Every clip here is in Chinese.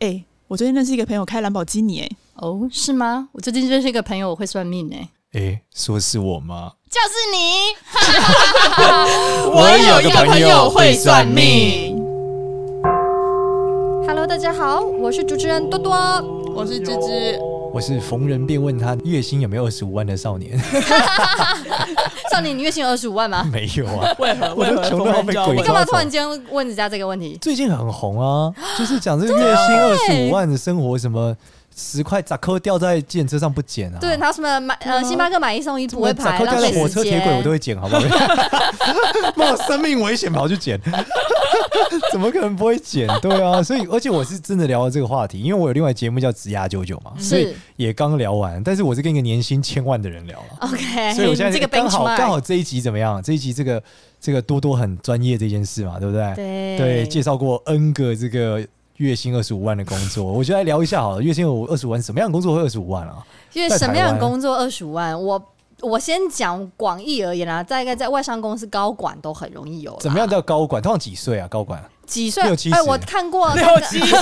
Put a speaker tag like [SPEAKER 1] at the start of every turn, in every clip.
[SPEAKER 1] 哎、我最近认识一个朋友开兰博基尼、哎，
[SPEAKER 2] 哦，是吗？我最近认识一个朋友，我会算命哎、
[SPEAKER 3] 诶，说是我吗？
[SPEAKER 2] 就是你。
[SPEAKER 3] 我有个朋友会算命。
[SPEAKER 4] Hello，大家好，我是主持人多多。
[SPEAKER 1] 我是芝芝，
[SPEAKER 3] 我是逢人便问他月薪有没有二十五万的少年，
[SPEAKER 2] 少年，你月薪二十五万吗？
[SPEAKER 3] 没有啊。
[SPEAKER 1] 为何
[SPEAKER 3] 我
[SPEAKER 1] 为
[SPEAKER 3] 都
[SPEAKER 1] 何
[SPEAKER 3] 穷
[SPEAKER 1] 逢
[SPEAKER 3] 到
[SPEAKER 1] 人
[SPEAKER 3] 被
[SPEAKER 1] 就要
[SPEAKER 3] 鬼
[SPEAKER 1] 问
[SPEAKER 2] 干嘛突然间问人家这个问题？
[SPEAKER 3] 最近很红啊，就是讲这个月薪二十五万的生活，什么十块砸扣掉在电车上不捡啊，
[SPEAKER 2] 对，然后什么买
[SPEAKER 4] 嗯
[SPEAKER 2] 呃星巴克买一送一不会
[SPEAKER 3] 砸
[SPEAKER 2] 排，
[SPEAKER 3] 扣
[SPEAKER 2] 浪
[SPEAKER 3] 掉在
[SPEAKER 2] 费
[SPEAKER 3] 火
[SPEAKER 2] 时
[SPEAKER 3] 车铁轨我
[SPEAKER 2] 间
[SPEAKER 3] 都。会捡，好不好？ 冒生命危险跑去捡， 怎么可能不会捡？对啊，所以而且我是真的聊到这个话题，因为我有另外节目叫《职涯九九》嘛，所以
[SPEAKER 2] 是
[SPEAKER 3] 也刚聊完，但是我是跟一个年薪千万的人聊啊了。
[SPEAKER 2] OK，
[SPEAKER 3] 所以我现在
[SPEAKER 2] 哎这个
[SPEAKER 3] 刚好
[SPEAKER 2] benchmark
[SPEAKER 3] 刚好这一集怎么样？这一集这个这个多多很专业这件事嘛，对不对？
[SPEAKER 2] 对
[SPEAKER 3] 介绍过 N 个这个月薪二十五万的工作， 我就来聊一下好了。月薪有二十五万，什么样的工作会二十五万啊？
[SPEAKER 2] 因为什么样的工作二十五万？我我先讲广义而言啦，大概在外商公司高管都很容易有啦。
[SPEAKER 3] 怎么样叫高管？通常几岁啊？高管
[SPEAKER 2] 几岁
[SPEAKER 3] 六七？十
[SPEAKER 2] 哎，我看过，
[SPEAKER 1] 六七十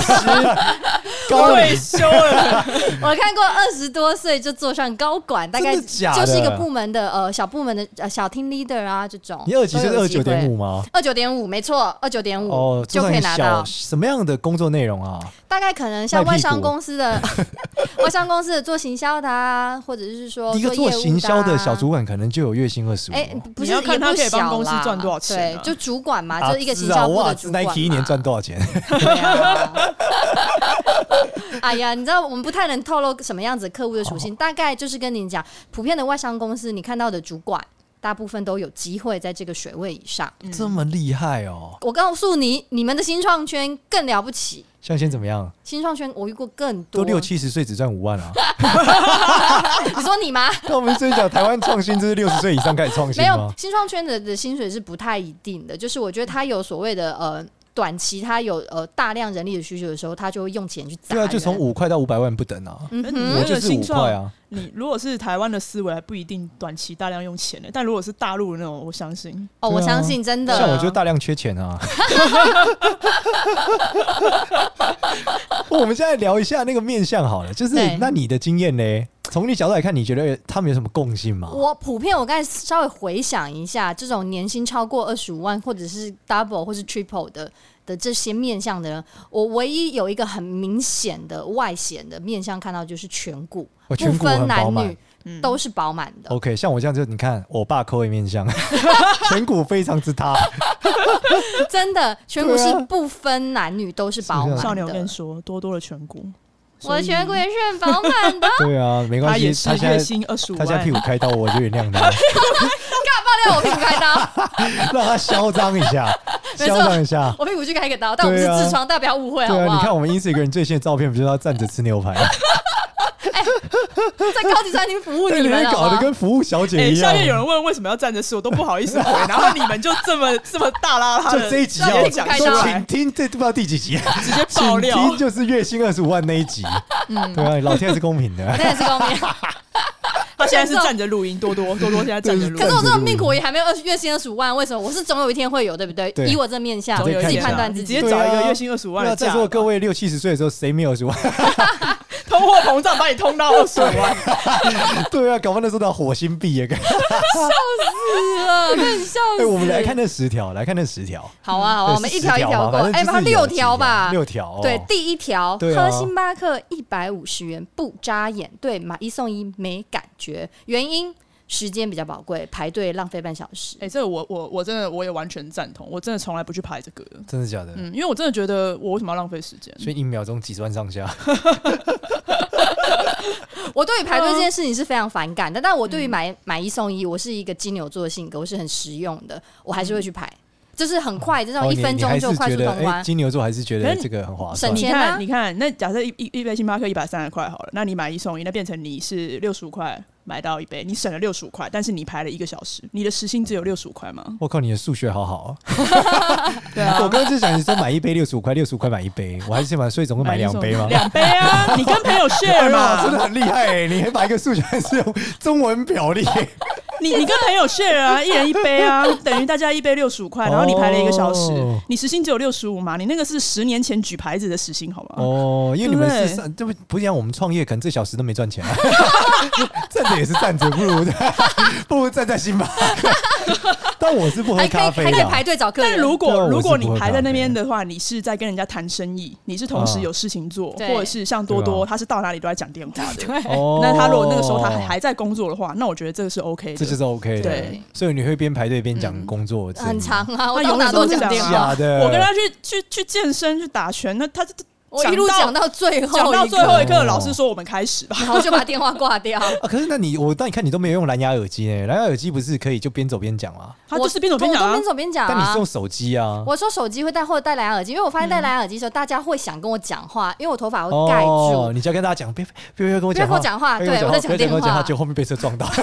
[SPEAKER 3] 高
[SPEAKER 1] 退休 了，
[SPEAKER 2] 我看过二十多岁就坐上高管，大概
[SPEAKER 3] 真的假的
[SPEAKER 2] 就是一个部门的呃小部门的呃小 team leader 啊这种。
[SPEAKER 3] 你二级是二九点
[SPEAKER 2] 五？
[SPEAKER 3] 五吗？
[SPEAKER 2] 二九点五，没错，二九点五
[SPEAKER 3] 哦，
[SPEAKER 2] 就可以拿
[SPEAKER 3] 这算
[SPEAKER 2] 到
[SPEAKER 3] 小。什么样的工作内容啊？
[SPEAKER 2] 大概可能像
[SPEAKER 3] 卖
[SPEAKER 2] 外
[SPEAKER 3] 屁股
[SPEAKER 2] 商公司的 外商公司的做行销的啊，或者是说
[SPEAKER 3] 一个
[SPEAKER 2] 做
[SPEAKER 3] 做
[SPEAKER 2] 业务啊
[SPEAKER 3] 行销的小主管可能就有月薪二十五。
[SPEAKER 2] 哎、不
[SPEAKER 1] 你
[SPEAKER 2] 是
[SPEAKER 1] 要
[SPEAKER 2] 也
[SPEAKER 1] 看他
[SPEAKER 2] 不
[SPEAKER 1] 可以帮
[SPEAKER 2] 小
[SPEAKER 1] 公司
[SPEAKER 2] 啦
[SPEAKER 1] 赚多少钱啊
[SPEAKER 2] 对，就主管嘛，
[SPEAKER 3] 啊
[SPEAKER 2] 就是一个行
[SPEAKER 3] 知啊
[SPEAKER 2] 销部
[SPEAKER 3] 哇
[SPEAKER 2] 的主管嘛。
[SPEAKER 3] ，Nike 一年赚多少钱？
[SPEAKER 2] 对啊。 哎呀，你知道我们不太能透露什么样子客户的属性，大概就是跟你讲，普遍的外商公司，你看到的主管大部分都有机会在这个水位以上。
[SPEAKER 3] 这么厉害哦！
[SPEAKER 2] 我告诉你，你们的新创圈更了不起，
[SPEAKER 3] 像现在怎么样？
[SPEAKER 2] 新创圈我遇过更多。
[SPEAKER 3] 都 六七十岁只赚五万啊！
[SPEAKER 2] 你说你吗？
[SPEAKER 3] 那我们最近讲台湾创新，就是六十岁以上开始创新
[SPEAKER 2] 没有
[SPEAKER 3] 吗？啊
[SPEAKER 2] 新创圈的的薪水是不太一定的，就是我觉得他有所谓的呃短期他有呃大量人力的需求的时候，他就会用钱去砸
[SPEAKER 3] 对啊，
[SPEAKER 2] 人。
[SPEAKER 3] 就从五块到五百万不等啊！
[SPEAKER 2] 嗯
[SPEAKER 1] 嗯
[SPEAKER 2] 哼，
[SPEAKER 3] 我就是五块啊！
[SPEAKER 1] 哦你如果是台湾的思维，还不一定短期大量用钱的，但如果是大陆的那种，我相信
[SPEAKER 2] 哦，我
[SPEAKER 3] 对啊
[SPEAKER 2] 相信真的。
[SPEAKER 3] 像我就大量缺钱啊！ 我们现在聊一下那个面相好了，就是
[SPEAKER 2] 对
[SPEAKER 3] 那你的经验呢？从你角度来看，你觉得他们有什么共性吗？
[SPEAKER 2] 我普遍我刚才稍微回想一下，这种年薪超过二十五万，或者是 double 或是 triple 的的这些面向的人，我唯一有一个很明显的外显的面向看到就是颧骨，
[SPEAKER 3] 我颧
[SPEAKER 2] 不
[SPEAKER 3] 骨哦很
[SPEAKER 2] 分
[SPEAKER 3] 饱
[SPEAKER 2] 男
[SPEAKER 3] 满哦
[SPEAKER 2] 女。
[SPEAKER 1] 嗯
[SPEAKER 2] 都是饱满的。
[SPEAKER 3] OK，像我这样就你看，我爸抠一面相， 颧骨非常之塌。
[SPEAKER 2] 真的，颧骨
[SPEAKER 3] 对啊
[SPEAKER 2] 是不分男女都是饱
[SPEAKER 3] 是
[SPEAKER 2] 满
[SPEAKER 3] 啊
[SPEAKER 2] 的。
[SPEAKER 1] 少年，我跟你说，多多的颧骨，
[SPEAKER 2] 我的颧骨也是很饱满的，
[SPEAKER 3] 对啊，没
[SPEAKER 1] 他
[SPEAKER 3] 关系
[SPEAKER 1] 也，是
[SPEAKER 3] 他
[SPEAKER 1] 月
[SPEAKER 3] 现在
[SPEAKER 1] 薪二十五
[SPEAKER 3] 他
[SPEAKER 1] 万，
[SPEAKER 3] 现在屁股开刀，我就原 谅他，
[SPEAKER 2] 爆料我屁股开 刀，
[SPEAKER 3] 让他嚣张一下，
[SPEAKER 2] 没错
[SPEAKER 3] 嚣张一下。
[SPEAKER 2] 我屁股去开一个刀，但我们是
[SPEAKER 3] 对啊
[SPEAKER 2] 痔疮，大家不要误会好
[SPEAKER 3] 对
[SPEAKER 2] 不
[SPEAKER 3] 啊，你看
[SPEAKER 2] 好？
[SPEAKER 3] 我们 Instagram 最新的照片，不就是他站着吃 牛排？
[SPEAKER 2] 在高级餐厅服务
[SPEAKER 3] 对，
[SPEAKER 2] 你
[SPEAKER 3] 你
[SPEAKER 2] 们
[SPEAKER 3] 们
[SPEAKER 2] 好
[SPEAKER 3] 搞得
[SPEAKER 2] 吗？
[SPEAKER 3] 跟服务小姐
[SPEAKER 1] 哎，
[SPEAKER 3] 一样啊
[SPEAKER 1] 下。面有人问为什么要站着吃，我都不好意思回，然后你们就这么这么大拉拉
[SPEAKER 3] 就
[SPEAKER 1] 的，
[SPEAKER 3] 这一集
[SPEAKER 1] 直
[SPEAKER 3] 要
[SPEAKER 1] 接
[SPEAKER 2] 对
[SPEAKER 1] 讲
[SPEAKER 2] 开
[SPEAKER 1] 出
[SPEAKER 2] 刀哎
[SPEAKER 3] 就请
[SPEAKER 1] 来，
[SPEAKER 3] 听这不知道第几集，啊
[SPEAKER 1] 直接 爆
[SPEAKER 3] 请
[SPEAKER 1] 料，
[SPEAKER 3] 听就是月薪二十五万那一集。
[SPEAKER 2] 嗯
[SPEAKER 3] 对啊，老天还是公平的。
[SPEAKER 2] 那也是公平。
[SPEAKER 1] 他现在是站着录音，多多多多现在站着录
[SPEAKER 2] 可
[SPEAKER 1] 音
[SPEAKER 2] 是，我这种命苦我也还没有二十月薪二十五万，为什么？我是总有一天会有，对不对？
[SPEAKER 3] 对
[SPEAKER 2] 以我这面相，
[SPEAKER 3] 总有一
[SPEAKER 2] 自己
[SPEAKER 3] 天啊
[SPEAKER 2] 判断自
[SPEAKER 1] 你 直
[SPEAKER 2] 己
[SPEAKER 1] 接。找一个月薪二十五万
[SPEAKER 3] 那
[SPEAKER 1] 的
[SPEAKER 3] 在
[SPEAKER 1] 价，
[SPEAKER 3] 座啊各位六七十岁的时候，谁没有二 十万？
[SPEAKER 1] 通货膨胀把你通到二十五万，
[SPEAKER 3] 对啊，搞不好那时候到火星币 也可以。
[SPEAKER 2] 是啊，被你笑
[SPEAKER 3] 哎，
[SPEAKER 2] 死。
[SPEAKER 3] 我们来看那十条，来看那十条。哎
[SPEAKER 2] 好啊，好啊，
[SPEAKER 3] 对
[SPEAKER 2] 我们一
[SPEAKER 3] 是
[SPEAKER 2] 条一
[SPEAKER 3] 10
[SPEAKER 2] 条
[SPEAKER 3] 嘛
[SPEAKER 2] 过
[SPEAKER 3] 反。
[SPEAKER 2] 哎，
[SPEAKER 3] 正就是
[SPEAKER 2] 它
[SPEAKER 3] 有
[SPEAKER 2] 六
[SPEAKER 3] 几
[SPEAKER 2] 条吧？
[SPEAKER 3] 六条哦。
[SPEAKER 2] 对，第一条，
[SPEAKER 3] 对啊
[SPEAKER 2] 喝星巴克一百五十元不扎眼，对买一送一没感觉，原因时间比较宝贵，排队浪费半小时。
[SPEAKER 1] 哎、这个我我我真的我也完全赞同，我真的从来不去排这个，
[SPEAKER 3] 真的假的？
[SPEAKER 1] 嗯，因为我真的觉得我为什么要浪费时间？
[SPEAKER 3] 所以一秒钟几十万上下，
[SPEAKER 2] 我对于排队这
[SPEAKER 1] 嗯
[SPEAKER 2] 件事情是非常反感的，但我对于买买一送一，我是一个金牛座的性格，我是很实用的，我还是
[SPEAKER 1] 嗯
[SPEAKER 2] 会去排，就是很快，这
[SPEAKER 3] 然后
[SPEAKER 2] 啊种一分钟就快速通关。
[SPEAKER 3] 哎金牛座还是觉
[SPEAKER 1] 可
[SPEAKER 3] 得
[SPEAKER 1] 是你
[SPEAKER 3] 这个很划算
[SPEAKER 2] 省。
[SPEAKER 1] 你
[SPEAKER 2] 钱啊
[SPEAKER 1] 看，你看，那假设一一一杯星巴克一百三十块好了，那你买一送一，那变成你是六十五块买到一杯，你省了六十五块，但是你排了一个小时，你的时薪只有六十五块吗？
[SPEAKER 3] 我靠，你的数学好好
[SPEAKER 1] 对
[SPEAKER 3] 啊！我刚刚就想你说买一杯六十五块，六十五块买一杯，我还 是先买，所以总共买两杯吗？
[SPEAKER 1] 两杯啊，你跟朋友 share
[SPEAKER 3] 哎呀，真的
[SPEAKER 1] 嘛？
[SPEAKER 3] 很厉害、欸，你还把一个数学是用中文表列，
[SPEAKER 1] 你你跟朋友 share 啊，一人一杯啊，等于大家一杯六十五块，然后你排了一个小时
[SPEAKER 3] 哦，
[SPEAKER 1] 你时薪只有六十五嘛，你那个是十年前举牌子的时薪，好吗？
[SPEAKER 3] 哦，因为你们
[SPEAKER 1] 对
[SPEAKER 3] 是上，这不不像我们创业，可能这小时都没赚钱、啊， 站着也是站着，不如 不如站在星巴克。 但我是不喝
[SPEAKER 2] 还可以
[SPEAKER 3] 咖啡
[SPEAKER 2] 还可
[SPEAKER 3] 的
[SPEAKER 2] 以
[SPEAKER 3] 啊，
[SPEAKER 2] 排队找客
[SPEAKER 1] 但
[SPEAKER 2] 人。
[SPEAKER 1] 如
[SPEAKER 3] 对啊
[SPEAKER 1] 果
[SPEAKER 3] 我是
[SPEAKER 1] 如果你
[SPEAKER 3] 不会
[SPEAKER 1] 排在那
[SPEAKER 3] 咖啡
[SPEAKER 1] 边的话，你是在跟人家谈生意，你是同时
[SPEAKER 3] 啊
[SPEAKER 1] 有事情做，
[SPEAKER 2] 对
[SPEAKER 1] 或者是像多
[SPEAKER 3] 对
[SPEAKER 1] 多，
[SPEAKER 3] 啊
[SPEAKER 1] 他是到哪里都在讲电话 的。
[SPEAKER 3] 哦
[SPEAKER 1] 那他如果那个时候他还还在工作的话，那我觉得这个是 OK
[SPEAKER 3] 这就
[SPEAKER 1] 的。
[SPEAKER 3] 是 OK 的
[SPEAKER 1] 对，
[SPEAKER 3] 所以你会边排队边讲工作，
[SPEAKER 2] 很长啊，我
[SPEAKER 1] 他
[SPEAKER 2] 到
[SPEAKER 1] 永
[SPEAKER 2] 哪
[SPEAKER 1] 远
[SPEAKER 2] 都
[SPEAKER 1] 都是
[SPEAKER 2] 讲
[SPEAKER 1] 这
[SPEAKER 2] 电
[SPEAKER 1] 样
[SPEAKER 2] 话
[SPEAKER 3] 假，的。
[SPEAKER 1] 我跟他去去去健身去打拳，那他
[SPEAKER 2] 我一路讲
[SPEAKER 1] 讲
[SPEAKER 2] 到最后，
[SPEAKER 1] 讲到最后一刻，
[SPEAKER 3] 哦
[SPEAKER 1] 老师说我们开始吧。
[SPEAKER 2] 然后就把电话挂掉。
[SPEAKER 3] 啊，可是那你我但你看你都没有用蓝牙耳机呢，蓝牙耳机不是可以就边走边讲吗？
[SPEAKER 1] 他就是边走
[SPEAKER 2] 我
[SPEAKER 1] 边讲
[SPEAKER 2] 我都
[SPEAKER 1] 啊
[SPEAKER 2] 边，走边讲
[SPEAKER 3] 但你是
[SPEAKER 2] 啊
[SPEAKER 3] 用。手机啊，
[SPEAKER 2] 我说手机会戴或者戴蓝牙耳机，因为我发现戴蓝牙耳机的时候，大家会想跟我讲话，因为我头发会盖
[SPEAKER 3] 哦
[SPEAKER 2] 住。
[SPEAKER 3] 你就要跟大家讲，别别别跟我
[SPEAKER 2] 不要
[SPEAKER 3] 讲
[SPEAKER 2] 跟我
[SPEAKER 3] 话，
[SPEAKER 2] 讲话，
[SPEAKER 3] 不
[SPEAKER 2] 对我在讲
[SPEAKER 3] 要跟
[SPEAKER 2] 电
[SPEAKER 3] 我讲话，
[SPEAKER 2] 话。
[SPEAKER 3] 就后面被车撞到，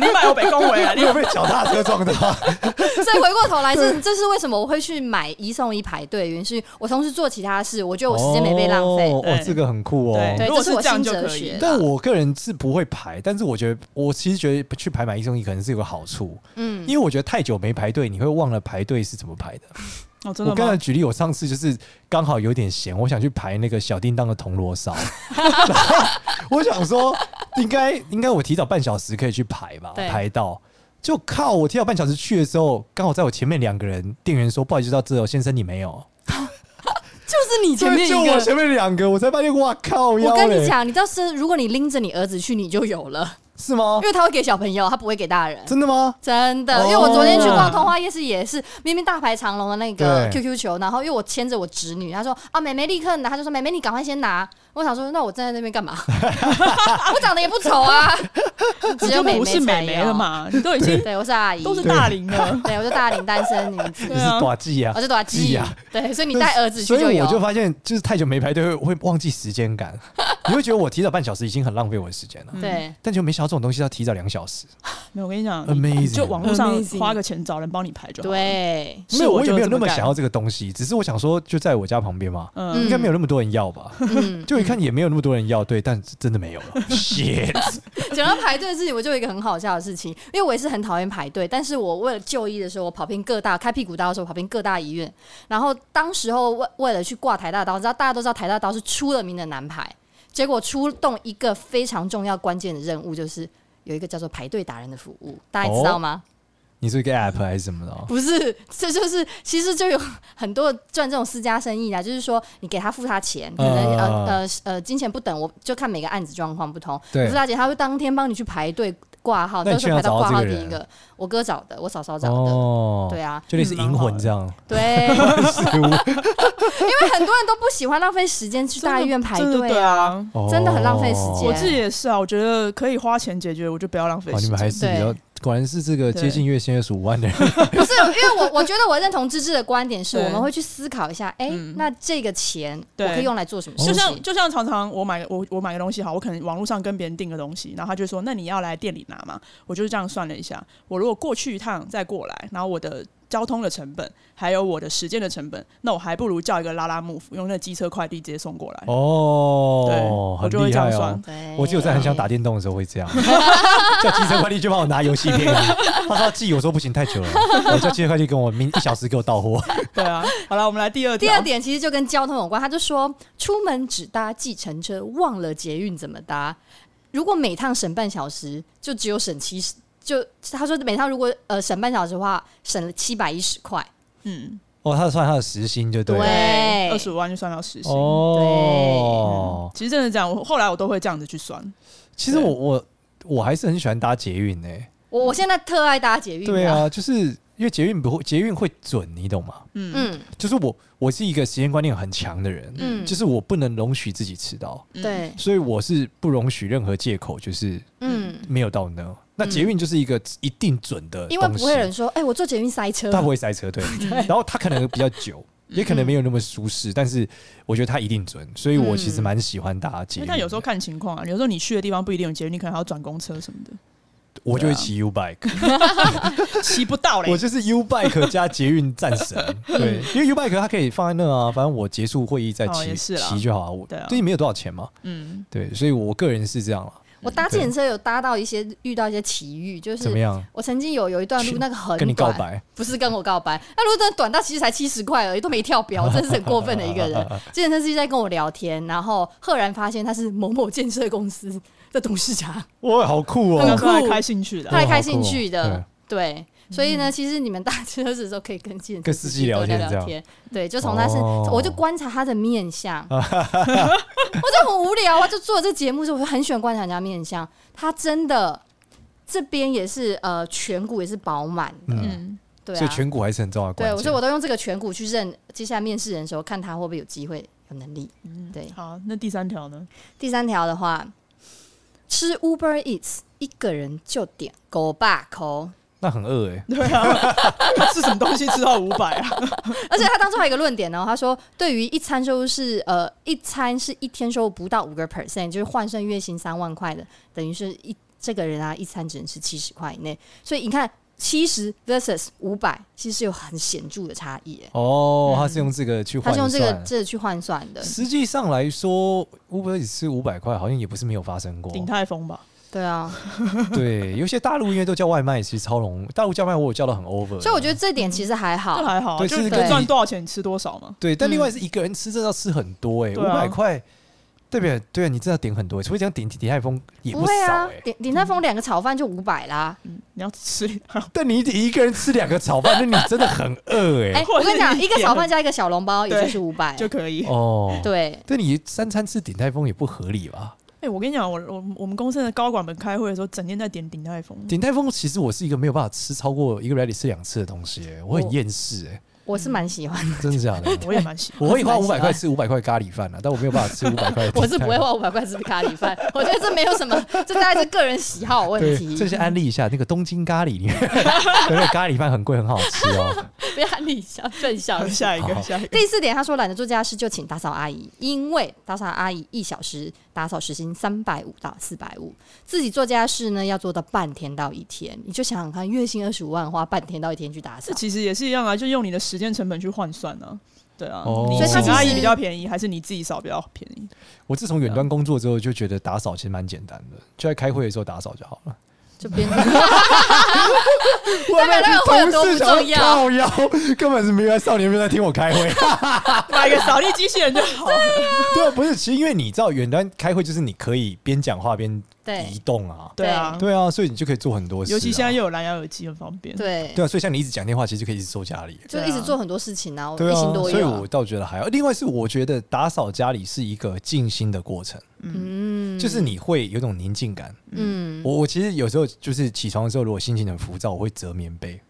[SPEAKER 1] 你买我北恭维啊，你
[SPEAKER 3] 因为被脚踏车撞到。
[SPEAKER 2] 所以回过头来，这这是为什么我会去买一送一排队，原因是我同时做其他事，我 觉得我时间没被浪费。
[SPEAKER 3] 哦，哦
[SPEAKER 1] 对
[SPEAKER 3] 这个很酷哦。
[SPEAKER 1] 对
[SPEAKER 2] 对，
[SPEAKER 1] 如果
[SPEAKER 2] 这
[SPEAKER 1] 是
[SPEAKER 2] 是我
[SPEAKER 1] 这样
[SPEAKER 2] 新
[SPEAKER 1] 就
[SPEAKER 2] 哲
[SPEAKER 1] 可以
[SPEAKER 2] 学啦。
[SPEAKER 3] 但我个人是不会排，但是我觉得我其实觉得去排买一送一可能是有个好处，
[SPEAKER 2] 嗯
[SPEAKER 3] 因为我觉得太久没排队，你会忘了排队是怎么排的。
[SPEAKER 1] 哦，真
[SPEAKER 3] 我
[SPEAKER 1] 的
[SPEAKER 3] 刚才
[SPEAKER 1] 吗？
[SPEAKER 3] 举例，我上次就是刚好有点闲，我想去排那个小叮当的铜锣烧，然后我想说应该应该我提早半小时可以去排吧，
[SPEAKER 2] 对
[SPEAKER 3] 排到。就靠！我提早半小时去的时候，刚好在我前面两个人，店员说：“不好意思，到这哦，先生你没有。
[SPEAKER 2] 就是”你前面
[SPEAKER 3] 就
[SPEAKER 2] 一
[SPEAKER 3] 我
[SPEAKER 2] 个。
[SPEAKER 3] 前面两个，我才发现，哇靠！
[SPEAKER 2] 我
[SPEAKER 3] 腰
[SPEAKER 2] 跟
[SPEAKER 3] 嘞
[SPEAKER 2] 你讲，你到时如果你拎着你儿子去，你就有了，
[SPEAKER 3] 是吗
[SPEAKER 2] 因？为他会给小朋友，他不会给大人。
[SPEAKER 3] 真的吗？
[SPEAKER 2] 真的
[SPEAKER 3] 哦，
[SPEAKER 2] 因为我昨天去逛通化夜市也是，明明大排长龙的那个
[SPEAKER 3] 对
[SPEAKER 2] QQ 球，然后因为我牵着我侄女，她说啊，妹妹立刻拿，她就说妹妹你赶快先拿。我想说，那我站在那边干嘛？我长得也不丑啊， 只有
[SPEAKER 1] 就
[SPEAKER 2] 妹
[SPEAKER 1] 不
[SPEAKER 2] 妹
[SPEAKER 1] 是
[SPEAKER 2] 才
[SPEAKER 1] 美眉了
[SPEAKER 2] 有。
[SPEAKER 1] 嘛，你都已 经
[SPEAKER 2] 对，我是阿姨，
[SPEAKER 1] 都是大龄了。
[SPEAKER 2] 对，我是大龄单身女 子，
[SPEAKER 3] 你
[SPEAKER 1] 对
[SPEAKER 3] 是
[SPEAKER 1] 啊
[SPEAKER 3] 短技啊
[SPEAKER 2] 我！是朵
[SPEAKER 3] 是
[SPEAKER 2] 鸡
[SPEAKER 3] 啊。
[SPEAKER 2] 对，哦所以你带儿子去
[SPEAKER 3] 所以
[SPEAKER 2] 有
[SPEAKER 3] 我。就发现，就是太久没排队会会忘记时间感，你会觉得我提早半小时已经很浪费我的时间了，
[SPEAKER 2] 对，
[SPEAKER 3] 但就没想到这种东西要提早两小时。
[SPEAKER 1] 没有，我跟你讲
[SPEAKER 3] Amazing
[SPEAKER 1] 你就网络上
[SPEAKER 2] Amazing
[SPEAKER 1] 花个钱找人帮你排
[SPEAKER 3] 嗯
[SPEAKER 1] 就好。，
[SPEAKER 2] 对，
[SPEAKER 1] 是
[SPEAKER 3] 没有，我也
[SPEAKER 1] 就
[SPEAKER 3] 没有那
[SPEAKER 1] 这
[SPEAKER 3] 么
[SPEAKER 1] 干
[SPEAKER 3] 想。要这个东西，只是我想说，就在我家旁边嘛，
[SPEAKER 1] 嗯
[SPEAKER 3] 应该没有那么多人要吧？
[SPEAKER 2] 嗯，
[SPEAKER 3] 就一看也没有那么多人要，对，但是真的没有了。Shit！
[SPEAKER 2] 讲到排队的事情，我就有一个很好笑的事情，因为我也是很讨厌排队，但是我为了就医的时候，我跑遍各大开屁股刀的时候，我跑遍各大医院，然后当时候为为了去挂台大刀，你知道大家都知道台大刀是出了名的难排，结果出动一个非常重要关键的任务，就是有一个叫做排队达人的服务，大家知道吗？
[SPEAKER 3] 你是一个 app 还是什么的哦？
[SPEAKER 2] 不是，这就是其实就有很多赚这种私家生意啊，就是说你给他付他钱，可能
[SPEAKER 3] 啊
[SPEAKER 2] 呃呃呃金钱不等，我就看每个案子状况不同。
[SPEAKER 3] 对
[SPEAKER 2] 付他钱，他会当天帮你去排队挂号，
[SPEAKER 3] 那你
[SPEAKER 2] 都
[SPEAKER 3] 去
[SPEAKER 2] 是
[SPEAKER 3] 哪
[SPEAKER 2] 排
[SPEAKER 3] 找
[SPEAKER 2] 到挂
[SPEAKER 3] 到这个
[SPEAKER 2] 号第
[SPEAKER 3] 人啊
[SPEAKER 2] 一个。我哥找的，我嫂嫂找的。
[SPEAKER 3] 哦，
[SPEAKER 2] 对，啊，
[SPEAKER 3] 就类似银魂这样。
[SPEAKER 2] 对，因
[SPEAKER 3] 是我
[SPEAKER 2] 为很多人都不喜欢浪费时间去大医院排
[SPEAKER 1] 真的
[SPEAKER 2] 队
[SPEAKER 1] 对
[SPEAKER 2] 啊。
[SPEAKER 1] 啊。
[SPEAKER 3] 哦
[SPEAKER 2] 真的很浪费时间
[SPEAKER 1] 我自己也是啊，我觉得可以花钱解决，我就不要浪费
[SPEAKER 3] 哦，
[SPEAKER 1] 时
[SPEAKER 3] 你们
[SPEAKER 1] 间。
[SPEAKER 3] 还是比较，果然是这个接近月薪二十五万的人。
[SPEAKER 2] 不是，因为我我觉得我认同芝芝的观 点是，
[SPEAKER 1] 对
[SPEAKER 2] 我们会去思考一下，哎，
[SPEAKER 1] 嗯
[SPEAKER 2] 那这个钱我
[SPEAKER 1] 对
[SPEAKER 2] 可以用来做什么事
[SPEAKER 1] 就
[SPEAKER 2] 情？
[SPEAKER 3] 哦
[SPEAKER 1] 像就像常常我买个我我买个东西好，我可能网络上跟别人订个东西，然后他就说那你要来店里拿嘛，我就是这样算了一下，我如果过去一趟再过来，然后我的交通的成本还有我的时间的成本，那我还不如叫一个拉拉木夫用那机车快递直接送过来。对
[SPEAKER 3] 哦，
[SPEAKER 1] 我
[SPEAKER 3] 很
[SPEAKER 1] 就会
[SPEAKER 3] 厉
[SPEAKER 1] 这样
[SPEAKER 3] 害
[SPEAKER 1] 算
[SPEAKER 3] 哦。
[SPEAKER 2] 对，
[SPEAKER 3] 我只有在很想打电动的时候会 这样，叫机车快递就帮我拿游戏片，他说寄，我说不行太 久了，我叫机车快递跟我明一小时给我到货。
[SPEAKER 1] 对啊，好了，我们来第二
[SPEAKER 2] 第
[SPEAKER 1] 条
[SPEAKER 2] 二点其实就跟交通有关，他就说出门只搭计程车，忘了捷运怎么搭。如果每趟省半小时，就只有省七十，就他说每趟如果呃省半小时的话，省了七百一十块。
[SPEAKER 1] 嗯，
[SPEAKER 3] 哦，他算他的时薪就对了。
[SPEAKER 2] 对
[SPEAKER 1] 二十五万就算到时薪。
[SPEAKER 3] 哦，
[SPEAKER 1] 其实真的这样，我后来我都会这样子去算。
[SPEAKER 3] 其实我我我还是很喜欢搭捷运诶。
[SPEAKER 2] 我我现在特爱搭捷运、
[SPEAKER 3] 对，啊，就是因为捷运不会，捷运会准，你懂吗？
[SPEAKER 1] 嗯
[SPEAKER 2] 嗯
[SPEAKER 3] 就是我我是一个时间观念很强的人，
[SPEAKER 2] 嗯，
[SPEAKER 3] 就是我不能容许自己迟到，
[SPEAKER 1] 嗯，
[SPEAKER 2] 对，
[SPEAKER 3] 所以我是不容许任何借口，就是
[SPEAKER 2] 嗯，
[SPEAKER 3] 没有到呢。那捷运就是一个一定准的东西，
[SPEAKER 2] 因为不会有人说，哎、我坐捷运塞车，
[SPEAKER 3] 他不会塞车， 对。然后他可能比较久，
[SPEAKER 2] 嗯
[SPEAKER 3] 也可能没有那么舒适，但是我觉得他一定准，所以我其
[SPEAKER 2] 嗯
[SPEAKER 3] 实蛮喜欢搭捷
[SPEAKER 1] 因
[SPEAKER 3] 运
[SPEAKER 1] 为
[SPEAKER 3] 的。
[SPEAKER 1] 但有时候看情况啊，有时候你去的地方不一定有捷运，你可能还要转公车什么 的，
[SPEAKER 3] 我就会
[SPEAKER 2] 啊
[SPEAKER 3] 骑 U bike，
[SPEAKER 1] 骑不到嘞
[SPEAKER 3] 我。就是 U bike 加捷运战神。对，
[SPEAKER 2] 嗯
[SPEAKER 3] 因为 U bike 它可以放在那啊，反正我结束会议再
[SPEAKER 1] 哦
[SPEAKER 3] 骑
[SPEAKER 1] 也是啦
[SPEAKER 3] 骑就好啊。我
[SPEAKER 1] 对啊
[SPEAKER 3] 最近没有多少钱嘛，
[SPEAKER 1] 嗯，
[SPEAKER 3] 对，所以我个人是这样了。
[SPEAKER 2] 我搭自行车有搭到一些遇到一些奇遇，就
[SPEAKER 3] 怎么
[SPEAKER 2] 是
[SPEAKER 3] 样？
[SPEAKER 2] 我曾经有有一段路那个很短，
[SPEAKER 3] 跟你告白，
[SPEAKER 2] 不是跟我告白，那路真的短到其实才七十块而已，都没跳表，我真是很过分的一个人。 健身司机在跟我聊天，然后赫然发现他是某某建设公司的董事长，
[SPEAKER 3] 哇，好酷
[SPEAKER 1] 刚
[SPEAKER 3] 哦！
[SPEAKER 1] 刚来开兴趣的
[SPEAKER 2] 他
[SPEAKER 1] 啊，
[SPEAKER 2] 来开兴趣的，
[SPEAKER 3] 哇好酷哦
[SPEAKER 2] 对。所以呢，其实你们搭车的时候可以跟健身
[SPEAKER 3] 嗯跟司机聊天
[SPEAKER 2] 多
[SPEAKER 3] 这
[SPEAKER 2] 聊
[SPEAKER 3] 样
[SPEAKER 2] 天，对，就从他是，
[SPEAKER 3] 哦
[SPEAKER 2] 我就观察他的面 相，我就很无聊啊，就做这节目的时候，我就很喜欢观察人家面相，他真的这边也是呃颧骨也是饱满的，
[SPEAKER 3] 嗯，
[SPEAKER 1] 嗯，
[SPEAKER 2] 对
[SPEAKER 3] 所以
[SPEAKER 2] 啊，
[SPEAKER 3] 颧骨还是很重要的关
[SPEAKER 2] 对，
[SPEAKER 3] 键。
[SPEAKER 2] 我说我都用这个颧骨去认接下来面试人的时候，看他会不会有机会有能力。对，
[SPEAKER 1] 嗯好，那第三条呢？
[SPEAKER 2] 第三条的话，吃 Uber Eats 一个人就点狗爸口，
[SPEAKER 3] 那很饿哎、
[SPEAKER 1] 对啊，吃什么东西吃到五百啊？
[SPEAKER 2] 而且他当中还有一个论点哦，他说对于一餐收入是呃一餐是一天收入不到五个 percent，就是换算月薪三万块的，等于是一这个人啊一餐只能吃七十块以内，所以你看七十 versus 五百，其实有很显著的差异耶。
[SPEAKER 3] 哦，
[SPEAKER 1] 嗯
[SPEAKER 3] 他是用这个去
[SPEAKER 2] 他
[SPEAKER 3] 换
[SPEAKER 2] 是用
[SPEAKER 3] 算。
[SPEAKER 2] 这个这个去换算的，
[SPEAKER 3] 实际上来说，Uber 只是五百块，好像也不是没有发生过。
[SPEAKER 1] 鼎泰丰吧，
[SPEAKER 2] 对啊，
[SPEAKER 3] 对，有些大陆因为都叫外卖，其实超容大陆叫外卖我有叫到很 over。
[SPEAKER 2] 所以我觉得这点其实还好
[SPEAKER 1] 这。还好啊，
[SPEAKER 3] 对
[SPEAKER 1] 就是是
[SPEAKER 3] 这
[SPEAKER 2] 个
[SPEAKER 1] 赚多少钱你吃多少嘛。
[SPEAKER 3] 对，但另外
[SPEAKER 2] 嗯
[SPEAKER 3] 是一个人吃真的要吃很多哎、欸，五
[SPEAKER 1] 对啊
[SPEAKER 3] 百块代表对啊，你真的要点很多、欸，除非讲点鼎泰丰也
[SPEAKER 2] 不
[SPEAKER 3] 不
[SPEAKER 2] 会
[SPEAKER 3] 少
[SPEAKER 2] 啊
[SPEAKER 3] 哎、，欸。
[SPEAKER 2] 鼎鼎泰丰两个炒饭就五百啦。
[SPEAKER 1] 嗯，你要吃，
[SPEAKER 3] 但你一个人吃两个炒饭，那你真的很饿哎、
[SPEAKER 2] 哎、
[SPEAKER 3] 欸。
[SPEAKER 2] 我跟你
[SPEAKER 1] 或
[SPEAKER 2] 讲，
[SPEAKER 1] 者是
[SPEAKER 2] 一个炒饭加一个小笼包，也
[SPEAKER 1] 对
[SPEAKER 2] 就是五百。
[SPEAKER 1] 就可以。
[SPEAKER 3] 哦，
[SPEAKER 2] 对，
[SPEAKER 3] 但你三餐吃鼎泰丰也不合理吧？
[SPEAKER 1] 哎、我跟你讲，我我我们公司的高管们开会的时候，整天在点鼎泰丰。
[SPEAKER 3] 鼎泰丰其实我是一个没有办法吃超过一个礼拜里吃两次的东西欸、我很
[SPEAKER 2] 我
[SPEAKER 3] 厌世哎、
[SPEAKER 2] 我是蛮喜欢的，
[SPEAKER 3] 真的假的？
[SPEAKER 1] 我也蛮喜欢。
[SPEAKER 3] 我可以花五
[SPEAKER 2] 喜
[SPEAKER 3] 百
[SPEAKER 2] 欢
[SPEAKER 3] 块吃五百块咖喱饭啊，但我没有办法 吃五百
[SPEAKER 1] 嗯
[SPEAKER 3] 块。
[SPEAKER 2] 我是不会。花五百块吃咖喱 饭。我觉得这没有什么，这大概是个人喜好问
[SPEAKER 3] 对，
[SPEAKER 2] 题
[SPEAKER 3] 这，是安利一下那个东京咖喱，里面 那个咖喱饭很贵，很好吃 哦。
[SPEAKER 2] 不要理想正
[SPEAKER 1] 好
[SPEAKER 2] 向。
[SPEAKER 1] 下一个，
[SPEAKER 3] 好
[SPEAKER 1] 下一个。
[SPEAKER 2] 第四点，他说懒得做家事就请打扫阿姨，因为打扫阿姨一小时打扫时薪三百五到四百五，自己做家事呢要做到半天到一天，你就想想看，月薪二十五万，花半天到一天去打扫
[SPEAKER 1] 这，其实也是一样啊，就用你的时间成本去换算啊。对啊，
[SPEAKER 3] 哦
[SPEAKER 1] 你
[SPEAKER 3] 所以它
[SPEAKER 1] 请阿
[SPEAKER 2] 其
[SPEAKER 1] 姨
[SPEAKER 2] 实
[SPEAKER 1] 比较便宜，还是你自己扫比较便 宜？
[SPEAKER 3] 我自从远端工作之后，就觉得打扫其实蛮简单的，就在开会的时候打扫就好 了。
[SPEAKER 2] 就 变成
[SPEAKER 3] 外
[SPEAKER 2] 面啊那个会有多不重要
[SPEAKER 3] 靠腰根本是没有在少年没有在听我开 会。
[SPEAKER 1] 买个扫地机器人就好了。
[SPEAKER 3] 对啊，不是，其实因为你知道远端开会就是你可以边讲话边
[SPEAKER 2] 对
[SPEAKER 3] 移动啊，
[SPEAKER 1] 对啊，
[SPEAKER 3] 对啊，所以你就可以做很多事啊。
[SPEAKER 1] 尤其现在又有蓝牙耳机，很方便。
[SPEAKER 2] 对，
[SPEAKER 3] 对啊，所以像你一直讲电话，其实就可以一直收家里。
[SPEAKER 2] 就
[SPEAKER 1] 对啊
[SPEAKER 2] 一直做很多事情啊，我
[SPEAKER 3] 对
[SPEAKER 2] 一
[SPEAKER 3] 啊，
[SPEAKER 2] 心多
[SPEAKER 3] 所以
[SPEAKER 2] 用、
[SPEAKER 3] 我倒觉得还好。另外是我觉得打扫家里是一个静心的过程，
[SPEAKER 2] 嗯，
[SPEAKER 3] 就是你会有种宁静感。
[SPEAKER 2] 嗯，
[SPEAKER 3] 我我其实有时候就是起床的时候，如果心情很浮躁，我会折棉被，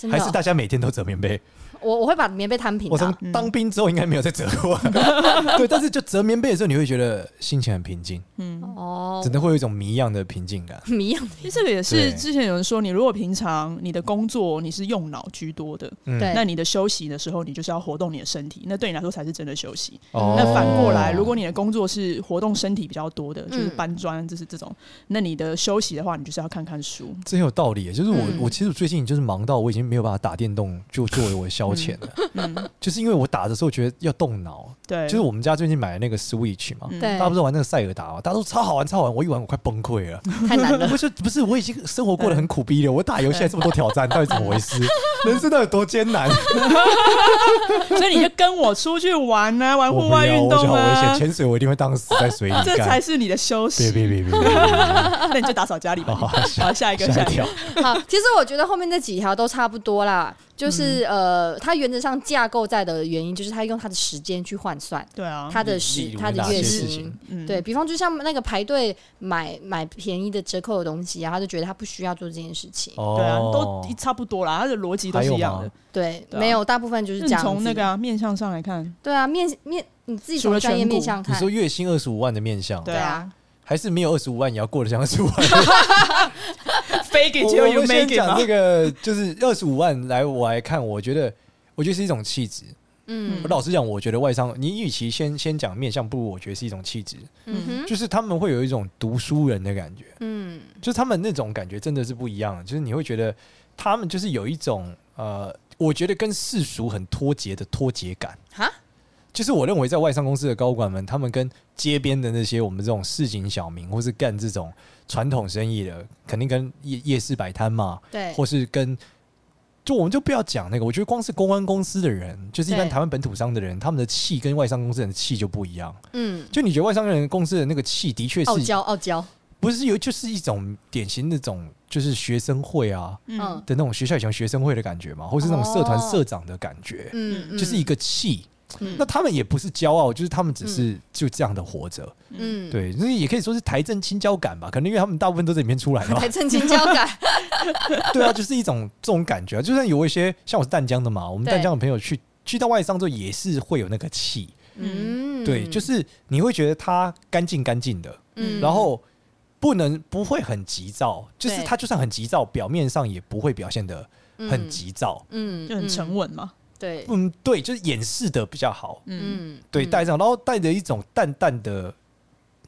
[SPEAKER 2] 真的
[SPEAKER 3] 还
[SPEAKER 2] 哦、
[SPEAKER 3] 是大家每天都折棉被？
[SPEAKER 2] 我我会把棉被摊平
[SPEAKER 3] 我从
[SPEAKER 2] 啊，
[SPEAKER 3] 当兵之后应该没有再折 过， 对。但是就折棉被的时候，你会觉得心情很平静，
[SPEAKER 1] 嗯，
[SPEAKER 2] 哦，
[SPEAKER 3] 真的会有一种谜一样的平静感。
[SPEAKER 2] 迷样的
[SPEAKER 1] 其实这个也是
[SPEAKER 3] 对
[SPEAKER 1] 之前有人说，你如果平常你的工作你是用脑居多的，
[SPEAKER 3] 嗯
[SPEAKER 2] 对
[SPEAKER 1] 那你的休息的时候，你就是要活动你的身体，那对你来说才是真的休息。
[SPEAKER 3] 哦
[SPEAKER 1] 那反过来，如果你的工作是活动身体比较多的，就是
[SPEAKER 2] 嗯
[SPEAKER 1] 搬砖，就是这种，那你的休息的话，你就是要看看书。
[SPEAKER 3] 真有道理耶，就是我、
[SPEAKER 2] 嗯
[SPEAKER 3] 我其实最近就是忙到我已经没有办法打电动就作为我的消遣了，
[SPEAKER 1] 嗯，
[SPEAKER 3] 就是因为我打的时候觉得要动脑，
[SPEAKER 1] 对，
[SPEAKER 3] 就是我们家最近买的那个 Switch 嘛，
[SPEAKER 1] 嗯
[SPEAKER 2] 对
[SPEAKER 3] 大家不是玩那个塞尔达嘛，大家都超好玩超好玩，我一玩我快崩溃了。
[SPEAKER 2] 太难了
[SPEAKER 3] 不。是不是，我已经生活过得很苦逼了，我打游戏还这么多挑战，到底怎么回事？人生到底有多艰难？
[SPEAKER 1] 所以你就跟我出去玩呢、玩
[SPEAKER 3] 我
[SPEAKER 1] 户
[SPEAKER 3] 不
[SPEAKER 1] 外
[SPEAKER 3] 要
[SPEAKER 1] 运
[SPEAKER 3] 我觉得
[SPEAKER 1] 动
[SPEAKER 3] 好危险，
[SPEAKER 1] 啊，
[SPEAKER 3] 潜水我一定会当死在水里
[SPEAKER 1] 这才
[SPEAKER 3] 干。
[SPEAKER 1] 是你的休息。
[SPEAKER 3] 别别别别别！别别
[SPEAKER 1] 那你就打扫家里吧。
[SPEAKER 3] 好，
[SPEAKER 1] 好，下一个，
[SPEAKER 3] 下
[SPEAKER 1] 下
[SPEAKER 3] 一
[SPEAKER 1] 一
[SPEAKER 3] 条
[SPEAKER 1] 个。
[SPEAKER 2] 好，其实我觉得后面那几条都差不多啦，就是、
[SPEAKER 3] 嗯
[SPEAKER 2] 呃，它原则上架构在的原因就是它用它的时间去换算
[SPEAKER 1] 对啊，
[SPEAKER 2] 它的
[SPEAKER 3] 例
[SPEAKER 2] 时
[SPEAKER 3] 如
[SPEAKER 2] 它的
[SPEAKER 3] 哪
[SPEAKER 2] 月
[SPEAKER 3] 些事
[SPEAKER 2] 薪
[SPEAKER 3] 情。
[SPEAKER 1] 嗯，
[SPEAKER 2] 对比方，就像那个排队买买便宜的折扣的东西啊，他就觉得他不需要做这件事情。
[SPEAKER 3] 哦
[SPEAKER 1] 对啊，都一差不多啦，它的逻辑都是一样的。
[SPEAKER 2] 对，
[SPEAKER 1] 对啊
[SPEAKER 2] 没有，大部分就是
[SPEAKER 1] 就
[SPEAKER 2] 这
[SPEAKER 1] 你
[SPEAKER 2] 样子。
[SPEAKER 1] 从那个啊面向上来看，
[SPEAKER 2] 对啊，面面你自己
[SPEAKER 1] 除
[SPEAKER 2] 从
[SPEAKER 1] 了
[SPEAKER 2] 专业
[SPEAKER 1] 颧骨
[SPEAKER 2] 面向
[SPEAKER 3] 你
[SPEAKER 2] 看，
[SPEAKER 3] 说月薪二十五万的面相，
[SPEAKER 1] 对
[SPEAKER 2] 对啊，
[SPEAKER 3] 还是没有二十五万也要过得像二十五万？
[SPEAKER 1] fake
[SPEAKER 3] 我
[SPEAKER 1] it till
[SPEAKER 3] 我
[SPEAKER 1] you
[SPEAKER 3] 们先
[SPEAKER 1] make it
[SPEAKER 3] 讲
[SPEAKER 1] 嘛
[SPEAKER 3] 这。个，就是二十五万来我来看，我觉得我觉得是一种气质。
[SPEAKER 2] 嗯
[SPEAKER 3] 我老实讲，我觉得外商，你与其先先讲面相，不如我觉得是一种气质，
[SPEAKER 2] 嗯哼，
[SPEAKER 3] 就是他们会有一种读书人的感觉，
[SPEAKER 2] 嗯
[SPEAKER 3] 就是他们那种感觉真的是不一样的，就是你会觉得他们就是有一种呃，我觉得跟世俗很脱节的脱节感。
[SPEAKER 2] 哈，
[SPEAKER 3] 就是我认为在外商公司的高管们，他们跟街边的那些我们这种市井小民，或是干这种传统生意的，肯定跟夜夜市摆摊嘛，
[SPEAKER 2] 对，
[SPEAKER 3] 或是跟就我们就不要讲那个，我觉得光是公关公司的人，就是一般
[SPEAKER 2] 对
[SPEAKER 3] 台湾本土商的人，他们的气跟外商公司人的气就不一样。
[SPEAKER 2] 嗯，
[SPEAKER 3] 就你觉得外商人公司的那个气，的确
[SPEAKER 2] 傲
[SPEAKER 3] 是
[SPEAKER 2] 娇傲娇，
[SPEAKER 3] 不是有就是一种典型那种就是学生会啊
[SPEAKER 2] 嗯
[SPEAKER 1] 嗯，
[SPEAKER 3] 的那种学校以前学生会的感觉嘛，或是那种社团社长的感觉，
[SPEAKER 2] 嗯，嗯
[SPEAKER 3] 就是一个气。
[SPEAKER 2] 嗯
[SPEAKER 3] 那他们也不是骄傲，就是他们只是就这样的活着。
[SPEAKER 2] 嗯，
[SPEAKER 3] 对，那也可以说是台政青交感吧，可能因为他们大部分都在里面出来的嘛
[SPEAKER 2] 还。曾经 交感，
[SPEAKER 3] 对啊，就是一种这种感觉啊。就算有一些像我是淡江的嘛，我们
[SPEAKER 2] 对
[SPEAKER 3] 淡江的朋友去去到外商之后，也是会有那个气。
[SPEAKER 2] 嗯，
[SPEAKER 3] 对，就是你会觉得他干净干净的，
[SPEAKER 2] 嗯，
[SPEAKER 3] 然后不能不会很急躁，就是
[SPEAKER 2] 对
[SPEAKER 3] 他就算很急躁，表面上也不会表现得很
[SPEAKER 2] 嗯，
[SPEAKER 3] 急躁。
[SPEAKER 2] 嗯，
[SPEAKER 1] 就很沉
[SPEAKER 2] 稳，
[SPEAKER 1] 稳嘛，
[SPEAKER 2] 对，
[SPEAKER 3] 嗯，对，就是掩饰的比较好，
[SPEAKER 1] 嗯，
[SPEAKER 2] 嗯，
[SPEAKER 3] 对，
[SPEAKER 2] 嗯
[SPEAKER 3] 带上，然后带着一种淡淡的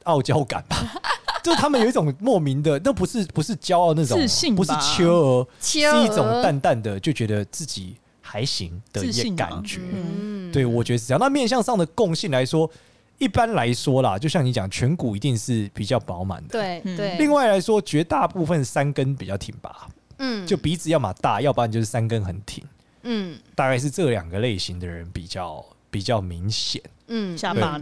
[SPEAKER 3] 傲娇感吧。 就他们有一种莫名的，那不是不是骄傲那种，
[SPEAKER 1] 自信
[SPEAKER 3] 不是
[SPEAKER 1] 吧
[SPEAKER 3] 缺额，是
[SPEAKER 2] 切
[SPEAKER 3] 一
[SPEAKER 2] 尔
[SPEAKER 3] 种淡淡的就觉得自己还行的一
[SPEAKER 1] 自
[SPEAKER 3] 些
[SPEAKER 1] 信
[SPEAKER 3] 感
[SPEAKER 1] 吧
[SPEAKER 3] 觉。
[SPEAKER 2] 嗯，
[SPEAKER 3] 对，我觉得是这样。那面向上的共性来说，一般来说啦，就像你讲，颧骨一定是比较饱满的。。
[SPEAKER 2] 对
[SPEAKER 1] 嗯
[SPEAKER 2] 对，
[SPEAKER 3] 另外来说，绝大部分三根比较挺拔，
[SPEAKER 2] 嗯，
[SPEAKER 3] 就鼻子要么大，要不然就是三根很挺，
[SPEAKER 2] 嗯
[SPEAKER 3] 大概是这两个类型的人比较比较明显。
[SPEAKER 2] 嗯
[SPEAKER 1] 下
[SPEAKER 3] 对
[SPEAKER 1] 巴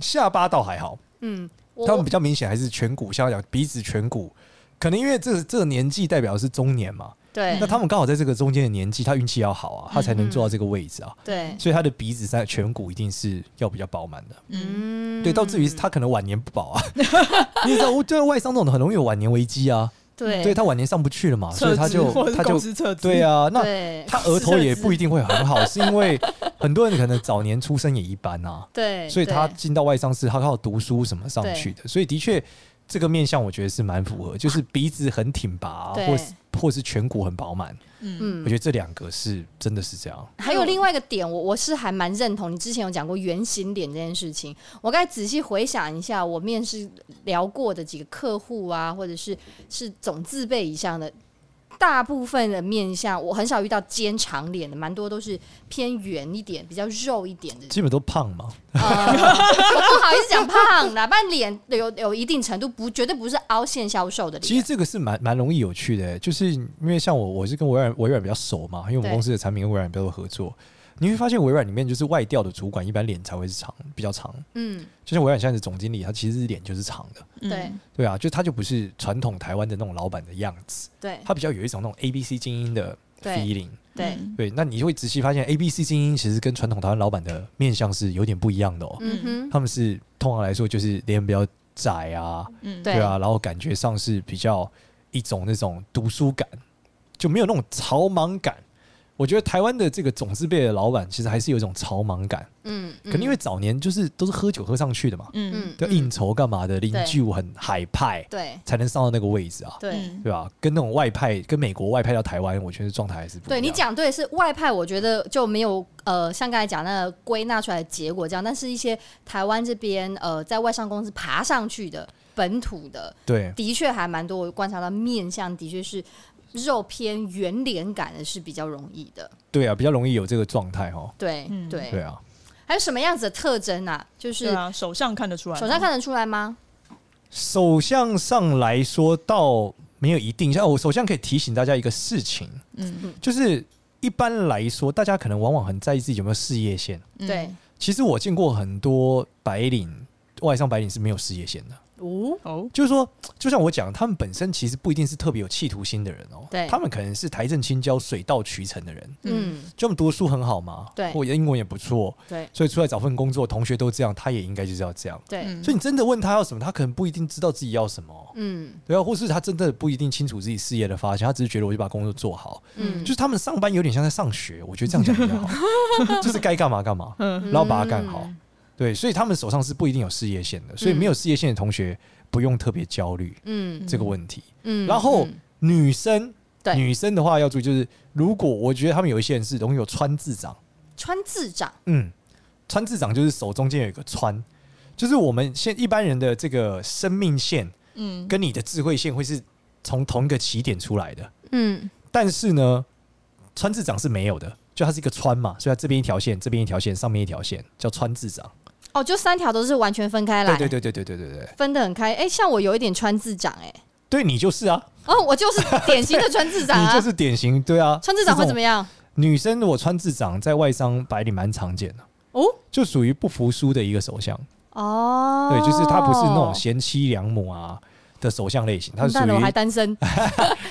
[SPEAKER 3] 下巴倒还好，
[SPEAKER 2] 嗯，
[SPEAKER 3] 他
[SPEAKER 2] 我
[SPEAKER 3] 们比较明显还是颧骨，像讲鼻子颧骨，可能因为这个这个年纪代表的是中年嘛，
[SPEAKER 2] 对
[SPEAKER 3] 那他们刚好在这个中间的年纪，他运气要好
[SPEAKER 2] 嗯
[SPEAKER 3] 啊，他才能做到这个位置啊，
[SPEAKER 2] 对，
[SPEAKER 3] 所以他的鼻子在颧骨一定是要比较饱满的。
[SPEAKER 1] 嗯，
[SPEAKER 2] 嗯
[SPEAKER 3] 对，到至于他可能晚年不 保啊，你也知道，哦对外商这种很容易有晚年危机啊，
[SPEAKER 2] 对
[SPEAKER 3] 对他晚年上不去了嘛，所
[SPEAKER 1] 侧
[SPEAKER 3] 以他
[SPEAKER 1] 姿
[SPEAKER 3] 就
[SPEAKER 1] 或者
[SPEAKER 3] 他
[SPEAKER 1] 是
[SPEAKER 3] 就
[SPEAKER 1] 公司侧姿，
[SPEAKER 3] 对啊，那
[SPEAKER 2] 对
[SPEAKER 3] 他额头也不一定会很好，是因为很多人可能早年出生也一般啊，
[SPEAKER 2] 对，
[SPEAKER 3] 所以
[SPEAKER 2] 对
[SPEAKER 3] 他进到外商是他靠读书什么上去的，所以的确这个面相我觉得是蛮符合，就是鼻子很挺拔啊，
[SPEAKER 2] 对
[SPEAKER 3] 或是或是颧骨很饱满，
[SPEAKER 1] 嗯，
[SPEAKER 2] 嗯
[SPEAKER 3] 我觉，得这两个是真的是这样，
[SPEAKER 2] 还有另外一个点，我我是还蛮认同你之前有讲过圆形脸这件事情。我刚才仔细回想一下，我面试聊过的几个客户啊，或者是是总自备以上的，大部分的面相我很少遇到尖长脸的，蛮多都是偏圆一点、比较肉一点的。
[SPEAKER 3] 基本都胖嘛，
[SPEAKER 2] 呃，我不好意思讲胖啦，但脸有有一定程度不绝对不是凹陷消瘦的脸。
[SPEAKER 3] 其实这个是蛮蛮容易有趣的、欸就是因为像我，我是跟微软微软比较熟嘛，因为我
[SPEAKER 2] 对
[SPEAKER 3] 们公司的产品跟微软比较多合作，你会发现微软里面就是外调的主管一般脸才会是长，比较长。
[SPEAKER 2] 嗯，
[SPEAKER 3] 就像微软现在的总经理，他其实脸就是长的，
[SPEAKER 1] 嗯
[SPEAKER 2] 对
[SPEAKER 3] 对啊，就他就不是传统台湾的那种老板的样子，
[SPEAKER 2] 对
[SPEAKER 3] 他比较有一种那种 A B C 精英的
[SPEAKER 2] 对
[SPEAKER 3] feeling。
[SPEAKER 2] 对，
[SPEAKER 1] 嗯
[SPEAKER 3] 对，那你会仔细发现 A B C 精英其实跟传统台湾老板的面相是有点不一样的哦，
[SPEAKER 2] 嗯哼，
[SPEAKER 3] 他们是通常来说就是脸比较窄啊，
[SPEAKER 1] 嗯，
[SPEAKER 2] 对
[SPEAKER 3] 对啊，然后感觉上是比较一种那种读书感，就没有那种草莽感。我觉得台湾的这个总字辈的老板，其实还是有一种草莽感，
[SPEAKER 2] 嗯，
[SPEAKER 3] 可能因为早年就是都是喝酒喝上去的嘛，
[SPEAKER 1] 嗯
[SPEAKER 2] 嗯
[SPEAKER 3] 要应酬干嘛的，邻
[SPEAKER 2] 对
[SPEAKER 3] 居很海派
[SPEAKER 2] 对
[SPEAKER 3] 才能上到那个位置啊，
[SPEAKER 2] 对。
[SPEAKER 1] 嗯
[SPEAKER 3] 对吧、跟那种外派，跟美国外派到台湾，我觉得状态还是不一
[SPEAKER 2] 对
[SPEAKER 3] 样
[SPEAKER 2] 你，讲对，是外派，我觉得就没有呃，像刚才讲那个归纳出来的结果这样，但是一些台湾这边呃，在外商公司爬上去的本土的，
[SPEAKER 3] 对
[SPEAKER 2] 的确还蛮多。我观察到面相的确是肉偏圆脸感的是比较容易的，
[SPEAKER 3] 对啊，比较容易有这个状态哦。
[SPEAKER 2] 对、
[SPEAKER 1] 嗯
[SPEAKER 2] 对。
[SPEAKER 3] 对啊，
[SPEAKER 2] 还有什么样子的特征啊？就是
[SPEAKER 1] 对啊，手相看得出来吗，
[SPEAKER 2] 手上看得出来吗？
[SPEAKER 3] 首相上来说倒没有一定，像我首相可以提醒大家一个事情，
[SPEAKER 1] 嗯，
[SPEAKER 3] 就是一般来说，大家可能往往很在意自己有没有事业线。
[SPEAKER 1] 嗯
[SPEAKER 2] 对，
[SPEAKER 3] 其实我见过很多白领、外商白领是没有事业线的。
[SPEAKER 2] 哦，
[SPEAKER 1] 哦，
[SPEAKER 3] 就是说，就像我讲，他们本身其实不一定是特别有企图心的人哦、
[SPEAKER 2] 对
[SPEAKER 3] 他们可能是台政青交水到渠成的人，
[SPEAKER 2] 嗯，
[SPEAKER 3] 就他们读书很好嘛，
[SPEAKER 2] 对
[SPEAKER 3] 或者英文也不错，
[SPEAKER 2] 对
[SPEAKER 3] 所以出来找份工作，同学都这样，他也应该就是要这样。
[SPEAKER 2] 对，
[SPEAKER 1] 嗯
[SPEAKER 3] 所以你真的问他要什么，他可能不一定知道自己要什么哦，
[SPEAKER 2] 嗯
[SPEAKER 3] 对啊，或是他真的不一定清楚自己事业的方向，他只是觉得我就把工作做好，
[SPEAKER 2] 嗯，
[SPEAKER 3] 就是他们上班有点像在上学，我觉得这样讲比较 好，就是该干嘛干嘛，
[SPEAKER 1] 嗯
[SPEAKER 3] 然后把它干好。对，所以他们手上是不一定有事业线的，所以没有事业线的同学不用特别焦虑
[SPEAKER 2] 嗯
[SPEAKER 3] 这个问题。
[SPEAKER 2] 嗯，
[SPEAKER 3] 然后
[SPEAKER 2] 嗯
[SPEAKER 3] 女生，
[SPEAKER 2] 对
[SPEAKER 3] 女生的话要注意，就是如果我觉得他们有一些人是容易有川字长，
[SPEAKER 2] 川字掌，
[SPEAKER 3] 嗯，川字长就是手中间有一个川，就是我们现一般人的这个生命线
[SPEAKER 1] 嗯，
[SPEAKER 3] 跟你的智慧线会是从同一个起点出来的，
[SPEAKER 2] 嗯
[SPEAKER 3] 但是呢，川字长是没有的。就它是一个川嘛，所以它这边一条线，这边一条线，上面一条线，叫川字长。
[SPEAKER 2] 哦，就三条都是完全分开来，
[SPEAKER 3] 对对对对对对对对，
[SPEAKER 2] 分得很开。哎、像我有一点川字长、哎，
[SPEAKER 3] 对你就是啊，
[SPEAKER 2] 哦，我就是典型的川字长
[SPEAKER 3] 你
[SPEAKER 2] 啊。
[SPEAKER 3] 就是典型对啊。
[SPEAKER 2] 川字长会怎
[SPEAKER 3] 这种
[SPEAKER 2] 么样？
[SPEAKER 3] 女生如果穿字长，在外商白领蛮常见的
[SPEAKER 1] 哦，
[SPEAKER 3] 就属于不服输的一个首相。
[SPEAKER 2] 哦，
[SPEAKER 3] 对，就是她不是那种贤妻良母啊的首相类型，她是属
[SPEAKER 2] 蛋了，我还
[SPEAKER 3] 于
[SPEAKER 2] 单 身，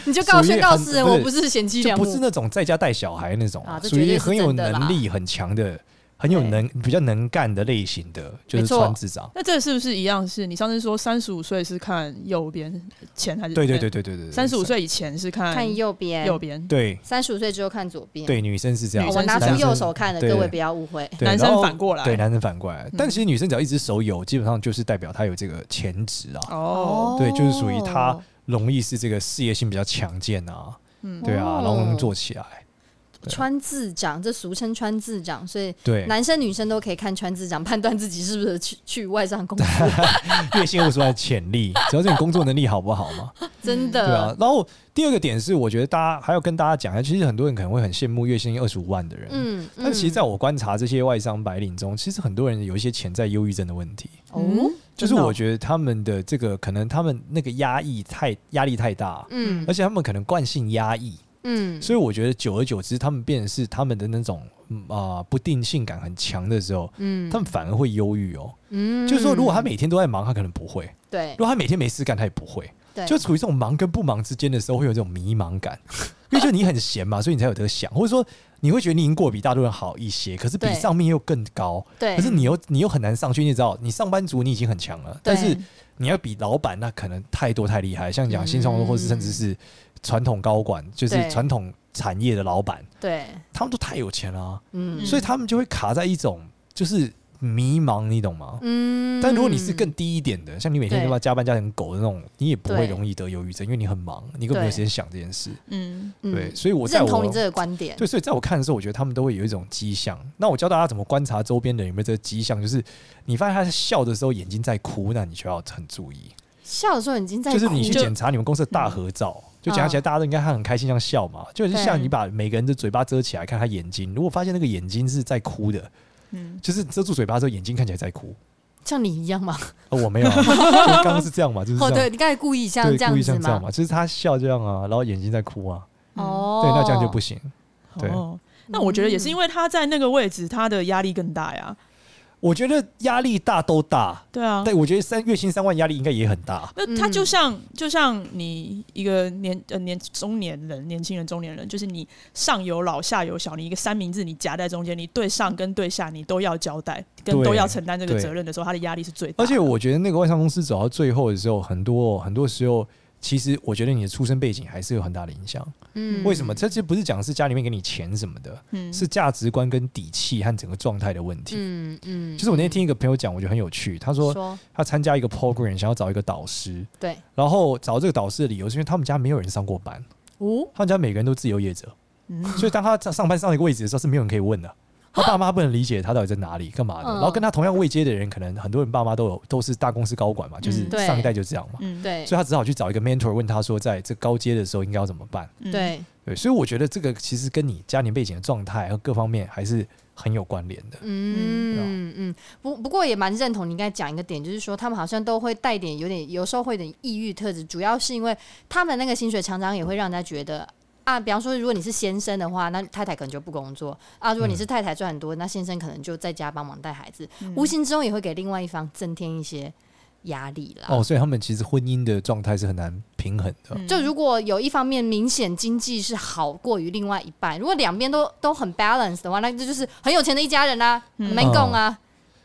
[SPEAKER 2] 你就告宣告世人，
[SPEAKER 3] 属于
[SPEAKER 2] 我
[SPEAKER 3] 很
[SPEAKER 2] 不是贤妻
[SPEAKER 3] 就
[SPEAKER 2] 良
[SPEAKER 3] 不
[SPEAKER 2] 母，
[SPEAKER 3] 是那种在家带小孩那种
[SPEAKER 2] 啊这
[SPEAKER 3] 属
[SPEAKER 2] 绝对
[SPEAKER 3] 于
[SPEAKER 2] 是
[SPEAKER 3] 很有
[SPEAKER 2] 真的啦
[SPEAKER 3] 能力很强的。很有
[SPEAKER 2] 对
[SPEAKER 3] 能比较能干的类型的，就是
[SPEAKER 2] 没错
[SPEAKER 3] 川字长。
[SPEAKER 1] 那这是不是一样？是你上次说三十五岁是看右边前
[SPEAKER 2] 嗯
[SPEAKER 1] 还是
[SPEAKER 3] 对对对对对对，
[SPEAKER 1] 三十五岁以前是看
[SPEAKER 2] 看右边，
[SPEAKER 1] 右边，
[SPEAKER 3] 对
[SPEAKER 2] 三十五岁之后看左边。
[SPEAKER 3] 对，女生是这
[SPEAKER 2] 哦，
[SPEAKER 3] 样，
[SPEAKER 1] 女
[SPEAKER 2] 我
[SPEAKER 1] 生
[SPEAKER 2] 拿
[SPEAKER 1] 是
[SPEAKER 2] 出
[SPEAKER 1] 这
[SPEAKER 2] 右手看的，
[SPEAKER 3] 对
[SPEAKER 2] 各位不要误会。
[SPEAKER 3] 对
[SPEAKER 1] 男生
[SPEAKER 3] 然后
[SPEAKER 1] 反过来嗯
[SPEAKER 3] 对男生反过来。但其实女生只要一只手有，基本上就是代表她有这个潜质啊，
[SPEAKER 1] 哦，
[SPEAKER 3] 对就是属于他容易是这个事业心比较强健啊，
[SPEAKER 1] 嗯，
[SPEAKER 3] 对啊，
[SPEAKER 2] 哦
[SPEAKER 3] 然后能做起来。对
[SPEAKER 2] 川字长，这俗称川字长，所以
[SPEAKER 3] 对，
[SPEAKER 2] 男生女生都可以看川字长判断自己是不是去去外商 公司，
[SPEAKER 3] 月薪二十万的潜力，主要是你工作能力好不好嘛？
[SPEAKER 1] 嗯
[SPEAKER 2] 真
[SPEAKER 3] 对
[SPEAKER 2] 的。
[SPEAKER 3] 啊。然后第二个点是，我觉得大家还要跟大家讲一下，其实很多人可能会很羡慕月薪二十五万的人，
[SPEAKER 2] 嗯，
[SPEAKER 3] 但其实
[SPEAKER 2] 在
[SPEAKER 3] 在我观察这些外商白领中，其实很多人有一些潜在忧郁症的问题。
[SPEAKER 2] 哦，
[SPEAKER 3] 就
[SPEAKER 1] 真
[SPEAKER 3] 是
[SPEAKER 1] 的哦
[SPEAKER 3] 我觉得他们的这个可能他们那个压抑太压力太大，
[SPEAKER 2] 嗯
[SPEAKER 3] 而且他们可能惯性压抑，
[SPEAKER 2] 嗯，
[SPEAKER 3] 所以我觉得久而久之，他们变成是他们的那种嗯啊、不定性感很强的时候，
[SPEAKER 2] 嗯
[SPEAKER 3] 他们反而会忧郁哦。
[SPEAKER 2] 嗯
[SPEAKER 3] 就是说，如果他每天都在忙，他可能不会；
[SPEAKER 2] 对
[SPEAKER 3] 如果他每天没事干，他也不会。
[SPEAKER 2] 对，
[SPEAKER 3] 就处于这种忙跟不忙之间的时候，会有这种迷 茫感，因为就你很闲嘛，所以你才有得想，或者说你会觉得你已经过得比大多人好一些，可是比
[SPEAKER 2] 对
[SPEAKER 3] 上面又更高，
[SPEAKER 2] 对，
[SPEAKER 3] 可是你哦又你又很难上去，你也知道，你上班族你已经很强了，但是
[SPEAKER 2] 对
[SPEAKER 3] 你要比老板那可能太多太厉害，像讲新创或是甚至是传统高管，就是
[SPEAKER 2] 嗯对
[SPEAKER 3] 传统产业的老板，
[SPEAKER 2] 对，
[SPEAKER 3] 他们都太有钱了啊、
[SPEAKER 2] 嗯
[SPEAKER 3] 所以他们就会卡在一种就是迷茫，你懂吗？
[SPEAKER 2] 嗯
[SPEAKER 3] 但如果你是更低一点的，像你每天
[SPEAKER 2] 对
[SPEAKER 3] 都要加班加成狗的那种，你也不会
[SPEAKER 2] 对
[SPEAKER 3] 容易得忧郁症，因为你很忙，你根本没
[SPEAKER 2] 对
[SPEAKER 3] 有时间想这件事。
[SPEAKER 1] 嗯，
[SPEAKER 2] 嗯
[SPEAKER 3] 对，所以我在
[SPEAKER 2] 认同
[SPEAKER 3] 我
[SPEAKER 2] 你这个观点，
[SPEAKER 3] 对，所以在我看的时候，我觉得他们都会有一种迹象。那我教大家怎么观察周边的人有没有这个迹象，就是你发现他在笑的时候眼睛在哭，那你就要很注意。
[SPEAKER 2] 笑的时候已经在
[SPEAKER 3] 就是你
[SPEAKER 2] 哭嗯
[SPEAKER 3] 去
[SPEAKER 2] 了
[SPEAKER 3] 检查你们公司的大合照，就讲起来大家都应该还很开心，像笑嘛。就是像
[SPEAKER 2] 对
[SPEAKER 3] 你把每个人的嘴巴遮起来看他眼睛，如果发现那个眼睛是在哭的，
[SPEAKER 1] 嗯
[SPEAKER 3] 就是遮住嘴巴之后眼睛看起来在哭。
[SPEAKER 2] 像你一样吗？
[SPEAKER 3] 呃，我 没有啊，就是刚刚是这样嘛，就是这
[SPEAKER 2] 哦，对
[SPEAKER 3] 样。
[SPEAKER 2] 你刚才故意像
[SPEAKER 3] 对，
[SPEAKER 2] 这
[SPEAKER 3] 故
[SPEAKER 2] 样
[SPEAKER 3] 意
[SPEAKER 2] 子
[SPEAKER 3] 像这样
[SPEAKER 2] 吗？
[SPEAKER 3] 嘛，就是他笑这样啊，然后眼睛在哭啊，
[SPEAKER 2] 哦，
[SPEAKER 3] 对，那这样就不行。对
[SPEAKER 1] 哦，那我觉得也是因为他在那个位置，他的压力更大呀。
[SPEAKER 3] 我觉得压力大都大，
[SPEAKER 1] 对啊，
[SPEAKER 3] 但我觉得三月薪三万压力应该也很大。
[SPEAKER 1] 那他就
[SPEAKER 3] 嗯
[SPEAKER 1] 像、就像你一个年呃年中年人、年轻人、中年人，就是你上有老下有小，你一个三明治你夹在中间，你对上跟对下你都要交代，跟
[SPEAKER 3] 对
[SPEAKER 1] 都要承担这个
[SPEAKER 3] 对
[SPEAKER 1] 责任的时候，他的压力是最大的。
[SPEAKER 3] 而且我觉得那个外商公司走到最后的时候，很多很多时候，其实我觉得你的出身背景还是有很大的影响。
[SPEAKER 2] 嗯
[SPEAKER 3] 为什么？这其实不是讲是家里面给你钱什么的，
[SPEAKER 1] 嗯
[SPEAKER 3] 是价值观跟底气和整个状态的问题。
[SPEAKER 2] 嗯嗯，
[SPEAKER 3] 就是我那天听一个朋友讲，我觉得很有趣。他说
[SPEAKER 2] 说
[SPEAKER 3] 他参加一个 program，想要找一个导师，
[SPEAKER 2] 对
[SPEAKER 3] 然后找这个导师的理由是因为他们家没有人上过班，
[SPEAKER 2] 哦，
[SPEAKER 3] 他们家每个人都自由业者，
[SPEAKER 1] 嗯
[SPEAKER 3] 所以当他在上班上一个位置的时候，是没有人可以问的。 他爸妈不能理解他到底在哪里、干嘛的。
[SPEAKER 2] 嗯
[SPEAKER 3] 然后跟他同样位阶的人，可能很多人爸妈都有都是大公司高管嘛，就是
[SPEAKER 1] 嗯
[SPEAKER 2] 对
[SPEAKER 3] 上一代就这样嘛，
[SPEAKER 1] 嗯，
[SPEAKER 2] 对
[SPEAKER 3] 所以他只好去找一个 mentor 问他说，在这高阶的时候应该要怎么办。
[SPEAKER 1] 嗯，
[SPEAKER 2] 对
[SPEAKER 3] 对，所以我觉得这个其实跟你家庭背景的状态和各方面还是很有关联的。
[SPEAKER 2] 嗯嗯，不不过也蛮认同你刚才讲一个点，就是说他们好像都会带点有点，有时候会有点抑郁特质，主要是因为他们那个薪水常常也会让人家觉得。啊，比方说，如果你是先生的话，那太太可能就不工作啊；如果你是太太赚很多，那先生可能就在家帮忙带孩子，
[SPEAKER 1] 嗯
[SPEAKER 2] 无形之中也会给另外一方增添一些压力啦。
[SPEAKER 3] 哦，所以他们其实婚姻的状态是很难平衡的。
[SPEAKER 1] 嗯
[SPEAKER 2] 就如果有一方面明显经济是好过于另外一半，如果两边都都很 balance 的话，那这就是很有钱的一家人啦、
[SPEAKER 1] 嗯
[SPEAKER 2] 没共啊，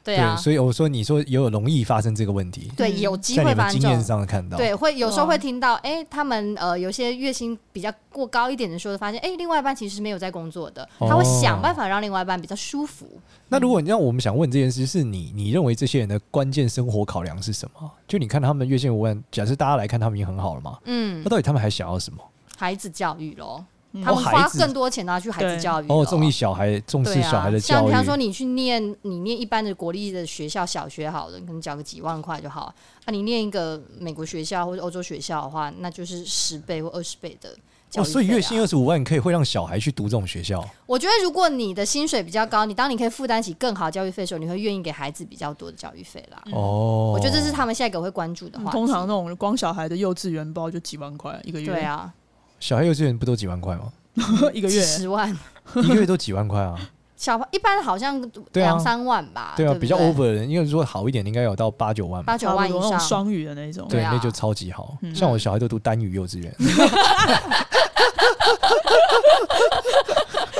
[SPEAKER 2] 对啊，
[SPEAKER 3] 所以我说你说也有容易发生这个问题，
[SPEAKER 2] 对，
[SPEAKER 1] 嗯
[SPEAKER 2] 有机
[SPEAKER 3] 在
[SPEAKER 2] 会
[SPEAKER 3] 你们
[SPEAKER 2] 发生
[SPEAKER 3] 经
[SPEAKER 2] 这
[SPEAKER 3] 验
[SPEAKER 2] 种。
[SPEAKER 3] 上看到。
[SPEAKER 2] 对，会有时候
[SPEAKER 1] 哇
[SPEAKER 2] 会听到，哎、他们呃，有些月薪比较过高一点的时候，发现，哎、另外一半其实没有在工作的，他会
[SPEAKER 3] 哦
[SPEAKER 2] 想办法让另外一半比较舒服。
[SPEAKER 3] 那如果你让我们想问这件事，是你你认为这些人的关键生活考量是什么？就你看他们月薪五万，假设大家来看他们已经很好了嘛，
[SPEAKER 2] 嗯
[SPEAKER 3] 那，到底他们还想要什么？
[SPEAKER 2] 孩子教育咯，
[SPEAKER 1] 嗯
[SPEAKER 2] 他
[SPEAKER 3] 哦
[SPEAKER 2] 们
[SPEAKER 3] 孩
[SPEAKER 2] 花
[SPEAKER 3] 子
[SPEAKER 2] 更多钱拿去孩
[SPEAKER 1] 对
[SPEAKER 2] 子教育咯。
[SPEAKER 3] 哦，重视小孩，重
[SPEAKER 2] 啊对
[SPEAKER 3] 视小孩的
[SPEAKER 2] 啊、像
[SPEAKER 3] 教
[SPEAKER 2] 比
[SPEAKER 3] 育。
[SPEAKER 2] 方说，你去念你念一般的国立的学校，小学好了，你可能缴个几万块就好。啊，你念一个美国学校或者欧洲学校的话，那就是十倍或二十倍的教育
[SPEAKER 3] 哦所以
[SPEAKER 2] 费啊
[SPEAKER 3] 月薪二十五万可以会让小孩去读这种学校，
[SPEAKER 2] 我觉得，如果你的薪水比较高，你当你可以负担起更好教育费的时候，你会愿意给孩子比较多的教育费啦。
[SPEAKER 3] 哦，
[SPEAKER 2] 我觉得这是他们下一个会关注的
[SPEAKER 1] 嗯
[SPEAKER 2] 话题。
[SPEAKER 1] 通常那种光小孩的幼稚园包就几万块一个月，
[SPEAKER 2] 对，啊，
[SPEAKER 3] 小孩幼稚园不都几万 块吗？
[SPEAKER 1] 一个月
[SPEAKER 2] 几十万，
[SPEAKER 3] 一个月都几万块啊？
[SPEAKER 2] 小朋一般好像
[SPEAKER 3] 对啊
[SPEAKER 2] 两三万吧，
[SPEAKER 3] 对啊，
[SPEAKER 2] 不
[SPEAKER 3] 比较 over 的人，因为如果好一点，应该有到八九万吧。
[SPEAKER 2] 八九万
[SPEAKER 1] 差不
[SPEAKER 2] 以
[SPEAKER 1] 多那种
[SPEAKER 2] 上。
[SPEAKER 1] 双语的那种，
[SPEAKER 3] 对，
[SPEAKER 2] 对啊
[SPEAKER 3] 那就超级好。
[SPEAKER 1] 嗯，
[SPEAKER 3] 像我小孩都读单语幼稚园，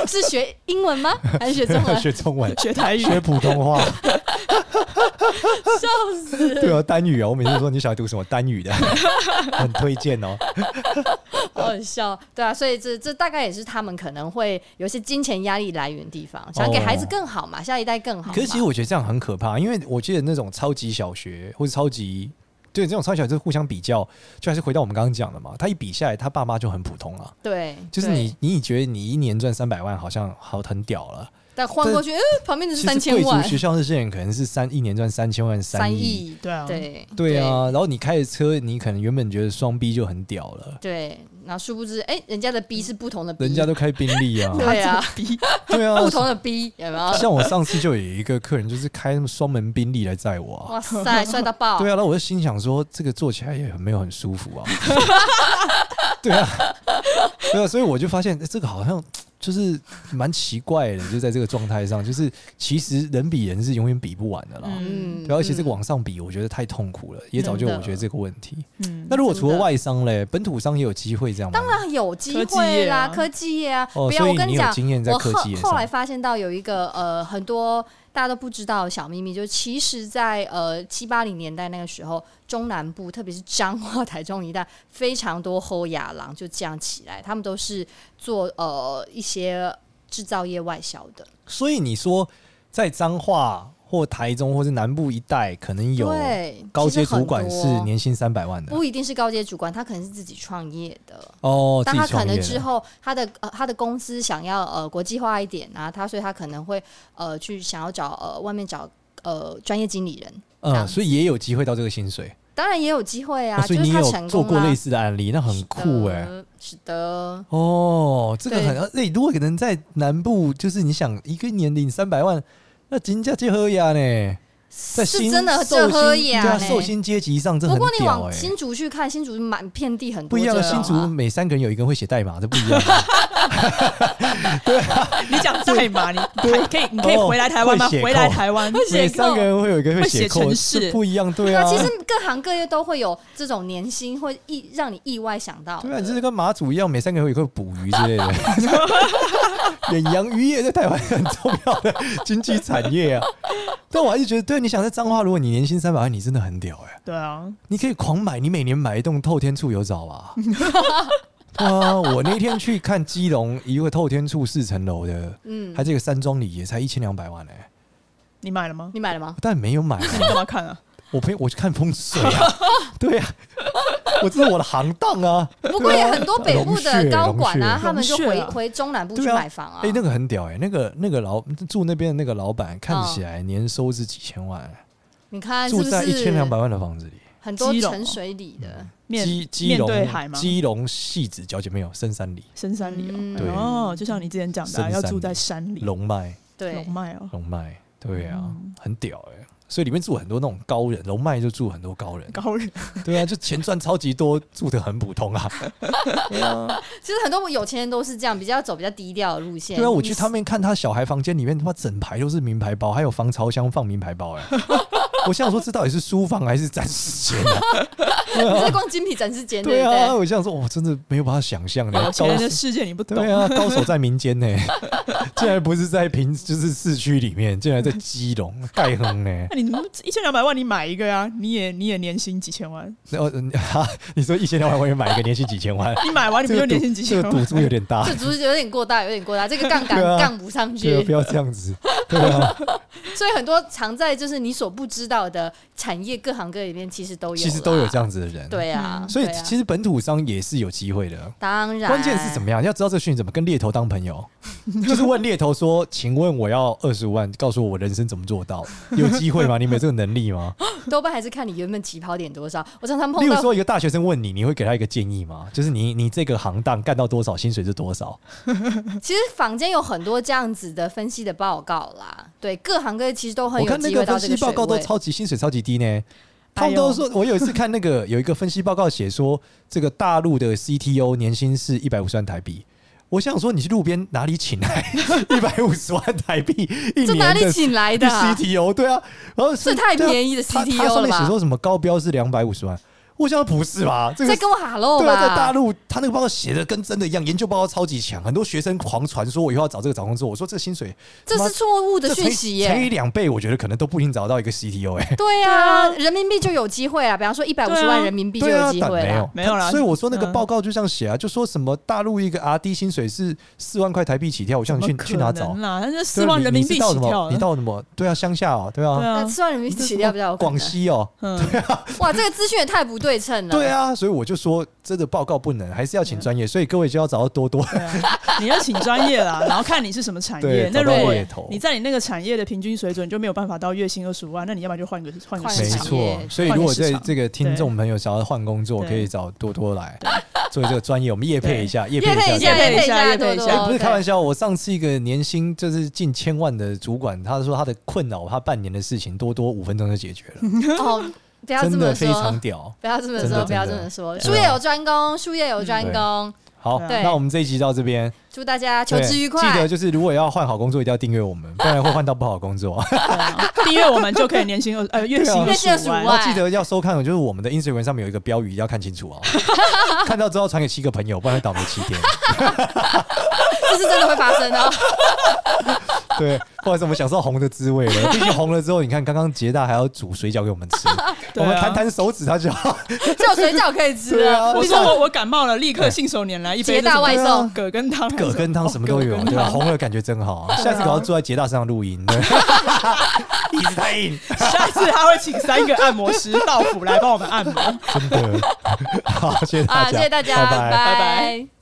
[SPEAKER 2] 是学英文 吗？还是学中文？
[SPEAKER 3] 学中文
[SPEAKER 1] 学台语，
[SPEAKER 3] 学普通话。
[SPEAKER 2] 笑 死！
[SPEAKER 3] 对啊，单语啊，我每次说你小孩读什么单语的， 很推荐哦。
[SPEAKER 2] 好好笑，对啊，所以这这大概也是他们可能会有一些金钱压力来源地方，想给孩子更好嘛，下一代更好嘛。
[SPEAKER 3] 哦可是其实我觉得这样很可怕，因为我记得那种超级小学或者超级。对，这种超级小就是互相比较，就还是回到我们刚刚讲的嘛。他一比下来，他爸妈就很普通了。
[SPEAKER 2] 对，
[SPEAKER 3] 就是
[SPEAKER 2] 对
[SPEAKER 3] 你，你觉得你一年赚三百万，好像好很屌了。
[SPEAKER 2] 但换过去，呃，旁边的是
[SPEAKER 3] 其
[SPEAKER 2] 三
[SPEAKER 3] 实
[SPEAKER 2] 千
[SPEAKER 3] 贵族
[SPEAKER 2] 万、
[SPEAKER 3] 学校那些人可能是三一年赚三千万、
[SPEAKER 2] 三
[SPEAKER 3] 亿。
[SPEAKER 2] 亿，
[SPEAKER 1] 对啊，
[SPEAKER 2] 对
[SPEAKER 3] 对，啊，然后你开着车，你可能原本觉得双 B 就很屌了，
[SPEAKER 2] 对，然后殊不知，哎、人家的 B 是不同的 B，，
[SPEAKER 3] 嗯人家都开宾利 啊
[SPEAKER 2] 对啊，
[SPEAKER 1] 逼
[SPEAKER 3] 对啊
[SPEAKER 2] 不，同的 B 有没 有？
[SPEAKER 3] 像我上次就有一个客人就是开什么双门宾利来载我啊。
[SPEAKER 2] 哇塞，帅到爆！
[SPEAKER 3] 对啊，然后我就心想说，这个坐起来也很没有很舒服啊。 对啊，对啊，所以我就发现、诶这个好像就是蛮奇怪的，就在这个状态上，就是其实人比人是永远比不完的啦。
[SPEAKER 2] 嗯，
[SPEAKER 3] 对啊，而且这个往上比，我觉得太痛苦了，也早就
[SPEAKER 2] 真的
[SPEAKER 3] 我觉得这个问题。
[SPEAKER 1] 嗯
[SPEAKER 3] 那如果除了
[SPEAKER 2] 真的
[SPEAKER 3] 外商嘞，本土商也有机会这样吗？
[SPEAKER 2] 当然有机
[SPEAKER 1] 科技
[SPEAKER 2] 会
[SPEAKER 1] 业
[SPEAKER 2] 啦，
[SPEAKER 1] 啊
[SPEAKER 2] 科技业啊！
[SPEAKER 3] 啊哦，
[SPEAKER 2] 不要，
[SPEAKER 3] 所
[SPEAKER 2] 我
[SPEAKER 3] 以
[SPEAKER 2] 跟
[SPEAKER 3] 你
[SPEAKER 2] 你
[SPEAKER 3] 有
[SPEAKER 2] 讲，
[SPEAKER 3] 经验在
[SPEAKER 2] 我
[SPEAKER 3] 科
[SPEAKER 2] 后
[SPEAKER 3] 技业
[SPEAKER 2] 后来
[SPEAKER 3] 上。
[SPEAKER 2] 发现到有一个呃很多大家都不知道的小秘密，就是其实在，呃七八零年代那个时候，中南部特别是彰化、台中一带，非常多后亚郎就这样起来，他们都是做呃一些制造业外销的。
[SPEAKER 3] 所以你说在彰化或台中或是南部一带，可能有
[SPEAKER 2] 对，
[SPEAKER 3] 高
[SPEAKER 2] 其实
[SPEAKER 3] 阶主
[SPEAKER 2] 很
[SPEAKER 3] 管是
[SPEAKER 2] 多
[SPEAKER 3] 年薪三百万的
[SPEAKER 2] 不一定是高阶主管，他可能是自己创业的。
[SPEAKER 3] 哦，
[SPEAKER 2] 但
[SPEAKER 3] 自
[SPEAKER 2] 他
[SPEAKER 3] 己
[SPEAKER 2] 可
[SPEAKER 3] 创业
[SPEAKER 2] 能
[SPEAKER 3] 的
[SPEAKER 2] 之后，他的呃他的公司想要呃国际化一点啊，他所以他可能会呃去想要找呃外面找呃专业经理人，这样
[SPEAKER 3] 嗯，
[SPEAKER 2] 子
[SPEAKER 3] 所以也有机会到这个薪水。
[SPEAKER 2] 当然也有机会啊，
[SPEAKER 3] 哦所以
[SPEAKER 2] 就
[SPEAKER 3] 你
[SPEAKER 2] 是
[SPEAKER 3] 也
[SPEAKER 2] 他
[SPEAKER 3] 有
[SPEAKER 2] 成
[SPEAKER 3] 做
[SPEAKER 2] 功
[SPEAKER 3] 过
[SPEAKER 2] 啦
[SPEAKER 3] 类似的案例，那很酷哎、
[SPEAKER 2] 呃是的，
[SPEAKER 3] 哦，这个
[SPEAKER 2] 对
[SPEAKER 3] 很哎、如果可能在南部，就是你想一个年领三百万，那金价结合呀呢，在
[SPEAKER 2] 是
[SPEAKER 3] 新
[SPEAKER 2] 真的
[SPEAKER 3] 寿
[SPEAKER 2] 这
[SPEAKER 3] 星
[SPEAKER 2] 喝呀
[SPEAKER 3] 对啊，
[SPEAKER 2] 呢
[SPEAKER 3] 寿星阶级上这
[SPEAKER 2] 不
[SPEAKER 3] 很
[SPEAKER 2] 过你
[SPEAKER 3] 屌
[SPEAKER 2] 往
[SPEAKER 3] 哎、
[SPEAKER 2] 新竹去看，新竹满遍地很
[SPEAKER 3] 不
[SPEAKER 2] 多
[SPEAKER 3] 一样的
[SPEAKER 2] 这种
[SPEAKER 3] 新
[SPEAKER 2] 啊
[SPEAKER 3] 竹，每三个人有一个人会写代码，这不一样啊。
[SPEAKER 1] 你讲代码，你还可以，你可以
[SPEAKER 3] 哦
[SPEAKER 1] 回来台湾吗？
[SPEAKER 3] 会写
[SPEAKER 1] 回来
[SPEAKER 3] 扣
[SPEAKER 1] 台湾，
[SPEAKER 3] 每三个人会有一个人
[SPEAKER 1] 会
[SPEAKER 3] 写
[SPEAKER 1] 写
[SPEAKER 3] 扣，
[SPEAKER 1] 程
[SPEAKER 3] 这
[SPEAKER 1] 式
[SPEAKER 3] 不一样，对
[SPEAKER 2] 对
[SPEAKER 3] 啊。
[SPEAKER 2] 啊，其实各行各业都会有这种年薪，会意让你意外想到的。
[SPEAKER 3] 对啊，你就是跟马祖一样，每三个人有一块捕鱼之类的。 远洋渔业在台湾很重要的经济产业啊，但我还是觉得，对，你想在彰化，如果你年薪三百万，你真的很屌哎、
[SPEAKER 1] 对啊，
[SPEAKER 3] 你可以狂买，你每年买一栋透天处有找 吧？对啊，我那天去看基隆一个透天处四层楼的，
[SPEAKER 2] 嗯
[SPEAKER 3] 它，这个山庄里也才一千两百万哎、
[SPEAKER 1] 你买了吗？
[SPEAKER 2] 你买了吗？
[SPEAKER 3] 但没有买、
[SPEAKER 1] 那你干嘛看啊？
[SPEAKER 3] 我陪我去看风水 啊，对啊，我这是我的行当啊。
[SPEAKER 2] 不过也很多北部的高管
[SPEAKER 3] 龙
[SPEAKER 2] 啊，
[SPEAKER 3] 穴
[SPEAKER 2] 他们就
[SPEAKER 1] 龙
[SPEAKER 2] 回
[SPEAKER 1] 穴啊
[SPEAKER 2] 回中南部去
[SPEAKER 3] 对啊
[SPEAKER 2] 买房啊。
[SPEAKER 3] 哎、那个很屌哎、那个那个老住那边的那个老板看起来年收是几千万、
[SPEAKER 2] 你看是
[SPEAKER 3] 住
[SPEAKER 2] 不
[SPEAKER 3] 在一千两百嗯
[SPEAKER 2] 是
[SPEAKER 3] 万的房子里，
[SPEAKER 2] 很多
[SPEAKER 1] 基隆啊
[SPEAKER 2] 沉水里的？
[SPEAKER 1] 面
[SPEAKER 3] 基基
[SPEAKER 1] 面
[SPEAKER 3] 隆
[SPEAKER 1] 对海吗？
[SPEAKER 3] 基隆戏子小姐没有深山里
[SPEAKER 1] 深山里
[SPEAKER 2] 嗯
[SPEAKER 1] 哦，
[SPEAKER 3] 对
[SPEAKER 1] 哦，就像你之前讲的啊，
[SPEAKER 3] 深山
[SPEAKER 1] 要
[SPEAKER 3] 里
[SPEAKER 1] 住在山里，
[SPEAKER 3] 龙脉
[SPEAKER 2] 对
[SPEAKER 1] 龙，脉哦，
[SPEAKER 3] 龙脉，对啊，
[SPEAKER 1] 嗯
[SPEAKER 3] 很屌哎、所以里面住很多那种高人，龙脉就住很多高人，
[SPEAKER 1] 高人
[SPEAKER 3] 对啊，就钱赚超级多，住的很普通啊， 对啊，
[SPEAKER 2] 其实很多有钱人都是这样，比较走比较低调的路线。
[SPEAKER 3] 对啊，我
[SPEAKER 2] 你
[SPEAKER 3] 去他们看他小孩房间里面，他妈整排都是名牌包，还有防潮箱放名牌包哎、我想说这到底是书房还是展示间啊？对
[SPEAKER 2] 你
[SPEAKER 3] 啊
[SPEAKER 2] 是在逛精品展示间，
[SPEAKER 3] 对
[SPEAKER 2] 不
[SPEAKER 3] 啊，
[SPEAKER 2] 对？
[SPEAKER 3] 我想说，我真的没有办法想象的
[SPEAKER 1] 有
[SPEAKER 3] 高
[SPEAKER 1] 钱人的世界你哦不懂
[SPEAKER 3] 对，啊，高手在民间呢，竟然不是在平就是市区里面，竟然在基隆盖 亨呢。
[SPEAKER 1] 那你一千两百万你买一个呀？你也你也年薪几千 万，
[SPEAKER 3] 然后嗯哈，你说一千两百万元买一个年薪几千万，
[SPEAKER 1] 你买完你不
[SPEAKER 3] 这
[SPEAKER 1] 就
[SPEAKER 3] 个
[SPEAKER 1] 年
[SPEAKER 3] 赌
[SPEAKER 1] 薪几
[SPEAKER 3] 这
[SPEAKER 1] 千
[SPEAKER 3] 个赌
[SPEAKER 1] 万？
[SPEAKER 3] 注有点 大
[SPEAKER 2] 这，只是有点过大，有点过大，这个杠杆
[SPEAKER 3] 对啊
[SPEAKER 2] 杠不上去
[SPEAKER 3] 对啊，，不要这样子，对啊，
[SPEAKER 2] 所以很多藏在就是你所不知道的产业各行各业里面，其实都有，
[SPEAKER 3] 其实都有这。样子的人，，
[SPEAKER 2] 啊
[SPEAKER 3] 嗯
[SPEAKER 2] 对啊，
[SPEAKER 3] 所以
[SPEAKER 2] 对啊
[SPEAKER 3] 其实本土商也是有机会的。
[SPEAKER 2] 当然，
[SPEAKER 3] 关键是怎么样？要知道这个讯息怎么跟猎头当朋友， 就是问猎 头说：“请问我要二十五万，告诉我我人生怎么做到？有机会吗？你们有这个能力吗？”
[SPEAKER 2] 多半还是看你原本起跑点多少。我常常
[SPEAKER 3] 例
[SPEAKER 2] 碰
[SPEAKER 3] 如
[SPEAKER 2] 到
[SPEAKER 3] 说，一个大学生问你，你会给他一个建议吗？就是你你这个行当干到多少，薪水是多少？
[SPEAKER 2] 其实坊间有很多这样子的分析的报告啦，对各行各业其实都很
[SPEAKER 3] 我
[SPEAKER 2] 有
[SPEAKER 3] 看那
[SPEAKER 2] 机
[SPEAKER 3] 个
[SPEAKER 2] 会
[SPEAKER 3] 分
[SPEAKER 2] 到这
[SPEAKER 3] 析
[SPEAKER 2] 个
[SPEAKER 3] 报
[SPEAKER 2] 水
[SPEAKER 3] 告都
[SPEAKER 2] 位。
[SPEAKER 3] 超级薪水超级低呢。他们
[SPEAKER 1] 哎呦
[SPEAKER 3] 都说，我有一次看那个有一个分析报告写说，这个大陆的 CTO 年薪是一百五十万台币。我想说，你去路边哪里请来 一百五十万台币一
[SPEAKER 2] 这
[SPEAKER 3] 年
[SPEAKER 2] 哪里
[SPEAKER 3] 的
[SPEAKER 2] 请来的啊、
[SPEAKER 3] CTO？对啊，然后
[SPEAKER 2] 这太
[SPEAKER 3] 宜
[SPEAKER 2] 便宜的
[SPEAKER 3] 他他
[SPEAKER 2] CTO
[SPEAKER 3] 上
[SPEAKER 2] 了
[SPEAKER 3] 面写
[SPEAKER 2] 吧？
[SPEAKER 3] 说什么高标是两百五十万，我想不是吧？这个
[SPEAKER 2] 在跟我 hello
[SPEAKER 3] 对啊，在大
[SPEAKER 2] 吧？
[SPEAKER 3] 陆他那个报告写的跟真的一样，研究报告超级强，很多学生狂传说我以后要找这个找工作，我说这薪水
[SPEAKER 2] 这是错误的
[SPEAKER 3] 这乘
[SPEAKER 2] 讯
[SPEAKER 3] 以
[SPEAKER 2] 息
[SPEAKER 3] 乘以
[SPEAKER 2] 耶！
[SPEAKER 3] 两倍，我觉得可能都不一定找到一个 CTO 哎、
[SPEAKER 2] 对
[SPEAKER 1] 对啊
[SPEAKER 2] 啊，人民币就有机会啦，比方说一百五十
[SPEAKER 1] 对啊
[SPEAKER 2] 万人民币就
[SPEAKER 3] 对啊，
[SPEAKER 2] 机
[SPEAKER 3] 但
[SPEAKER 2] 会
[SPEAKER 3] 没
[SPEAKER 2] 啦
[SPEAKER 3] 有。
[SPEAKER 1] 没有啦
[SPEAKER 3] 所以我说那个
[SPEAKER 1] 嗯
[SPEAKER 3] 报告就这样写啊，就说什么大陆一个 RD 薪水是四万块台币起跳，我叫你去去哪
[SPEAKER 1] 怎么
[SPEAKER 3] 找
[SPEAKER 1] 可？能啦？那就
[SPEAKER 3] 对
[SPEAKER 1] 四
[SPEAKER 3] 啊
[SPEAKER 1] 万
[SPEAKER 3] 你
[SPEAKER 1] 人民
[SPEAKER 3] 你
[SPEAKER 1] 币
[SPEAKER 3] 是
[SPEAKER 1] 起
[SPEAKER 3] 到什
[SPEAKER 1] 跳
[SPEAKER 3] 么？
[SPEAKER 1] 了，
[SPEAKER 3] 你到什么？对啊，乡下哦，对
[SPEAKER 1] 对
[SPEAKER 3] 啊，
[SPEAKER 2] 那
[SPEAKER 1] 啊，
[SPEAKER 2] 四万人民币起跳比较有可能
[SPEAKER 3] 广西哦，
[SPEAKER 1] 嗯，
[SPEAKER 2] 哇，这个资讯也太不对称了。
[SPEAKER 3] 对啊，所以我就说这个报告不能，还是要请专
[SPEAKER 2] 嗯
[SPEAKER 3] 业，所以各位就要找到多多。
[SPEAKER 1] 对啊，你要请专业啦，然后看你是什么产业
[SPEAKER 3] 对。
[SPEAKER 1] 那
[SPEAKER 3] 找
[SPEAKER 1] 如
[SPEAKER 3] 到
[SPEAKER 1] 果
[SPEAKER 3] 猎头
[SPEAKER 1] 你在你那个产业的平均水准，你就没有办法到月薪二十五万，那你要不然就换个换个
[SPEAKER 2] 换
[SPEAKER 1] 市
[SPEAKER 3] 没
[SPEAKER 1] 场。
[SPEAKER 3] 错，所以
[SPEAKER 1] 换
[SPEAKER 3] 如
[SPEAKER 1] 个
[SPEAKER 3] 果
[SPEAKER 1] 市
[SPEAKER 3] 在
[SPEAKER 1] 场
[SPEAKER 3] 这个听
[SPEAKER 1] 对
[SPEAKER 3] 众朋友想要换工作，
[SPEAKER 1] 对
[SPEAKER 3] 可以找多多来做这个专业，我们业配一下，业
[SPEAKER 2] 业
[SPEAKER 3] 配
[SPEAKER 2] 配
[SPEAKER 3] 一
[SPEAKER 2] 一
[SPEAKER 3] 下
[SPEAKER 2] 下，
[SPEAKER 1] 业
[SPEAKER 2] 业
[SPEAKER 1] 配
[SPEAKER 2] 配
[SPEAKER 1] 一
[SPEAKER 2] 一
[SPEAKER 1] 下
[SPEAKER 2] 下，
[SPEAKER 1] 业配
[SPEAKER 2] 多
[SPEAKER 1] 一下
[SPEAKER 2] 多。
[SPEAKER 1] 哎
[SPEAKER 3] 不
[SPEAKER 2] 对
[SPEAKER 3] 是开玩笑，我上次一个年薪就是近千万的主管，他说他的困扰，他半年的事情多多五分钟就解决了，
[SPEAKER 2] 哦，不要这
[SPEAKER 3] 真
[SPEAKER 2] 么
[SPEAKER 3] 的非
[SPEAKER 2] 说
[SPEAKER 3] 常，屌。
[SPEAKER 2] 不要这么
[SPEAKER 3] 真的
[SPEAKER 2] 说，不要这
[SPEAKER 3] 真的嗯
[SPEAKER 2] 么说，
[SPEAKER 3] 对啊
[SPEAKER 2] 术业有专攻，术业有专攻。
[SPEAKER 3] 好，
[SPEAKER 1] 对
[SPEAKER 3] 那我们这一集到这边，
[SPEAKER 2] 祝大家求知
[SPEAKER 3] 对
[SPEAKER 2] 愉
[SPEAKER 3] 记得
[SPEAKER 2] 快，
[SPEAKER 3] 就是如果要换好工作，一定要订阅我们，不然会换到不好工作。
[SPEAKER 1] 对啊订阅我们就可以年薪 二呃月薪
[SPEAKER 3] 对啊
[SPEAKER 1] 25
[SPEAKER 2] 25
[SPEAKER 1] 万
[SPEAKER 2] 万。
[SPEAKER 3] 要记得要收看，就是我们的 Instagram 上面有一个标语，要看清楚哦， 看到之后传给七个朋友，不然会倒霉七天。
[SPEAKER 2] 这是真的会发生哦。
[SPEAKER 3] 对，不好意思，我们享受红的滋味了。毕竟红了之后，你看刚刚杰大还要煮水饺给我们吃，
[SPEAKER 1] 对
[SPEAKER 3] 我
[SPEAKER 1] 啊
[SPEAKER 3] 们弹弹手指他就好。
[SPEAKER 2] 只有水饺可以吃
[SPEAKER 3] 对
[SPEAKER 2] 了。
[SPEAKER 3] 啊
[SPEAKER 1] 我
[SPEAKER 3] 我
[SPEAKER 1] 说我我感冒了，立刻信手拈 来一杯
[SPEAKER 2] 皆大外送
[SPEAKER 1] 葛根汤，
[SPEAKER 3] 葛根汤什么都有，对吧、红了感觉真好，下次搞到坐在杰大身上录音，对 椅子太硬，
[SPEAKER 1] 下次他会请三个按摩师到府来帮我们按摩。
[SPEAKER 3] 真的。好，谢谢大
[SPEAKER 2] 啊，
[SPEAKER 3] 家，
[SPEAKER 2] 谢谢大家，
[SPEAKER 3] 拜拜
[SPEAKER 1] 拜
[SPEAKER 2] 拜
[SPEAKER 1] 拜
[SPEAKER 2] 拜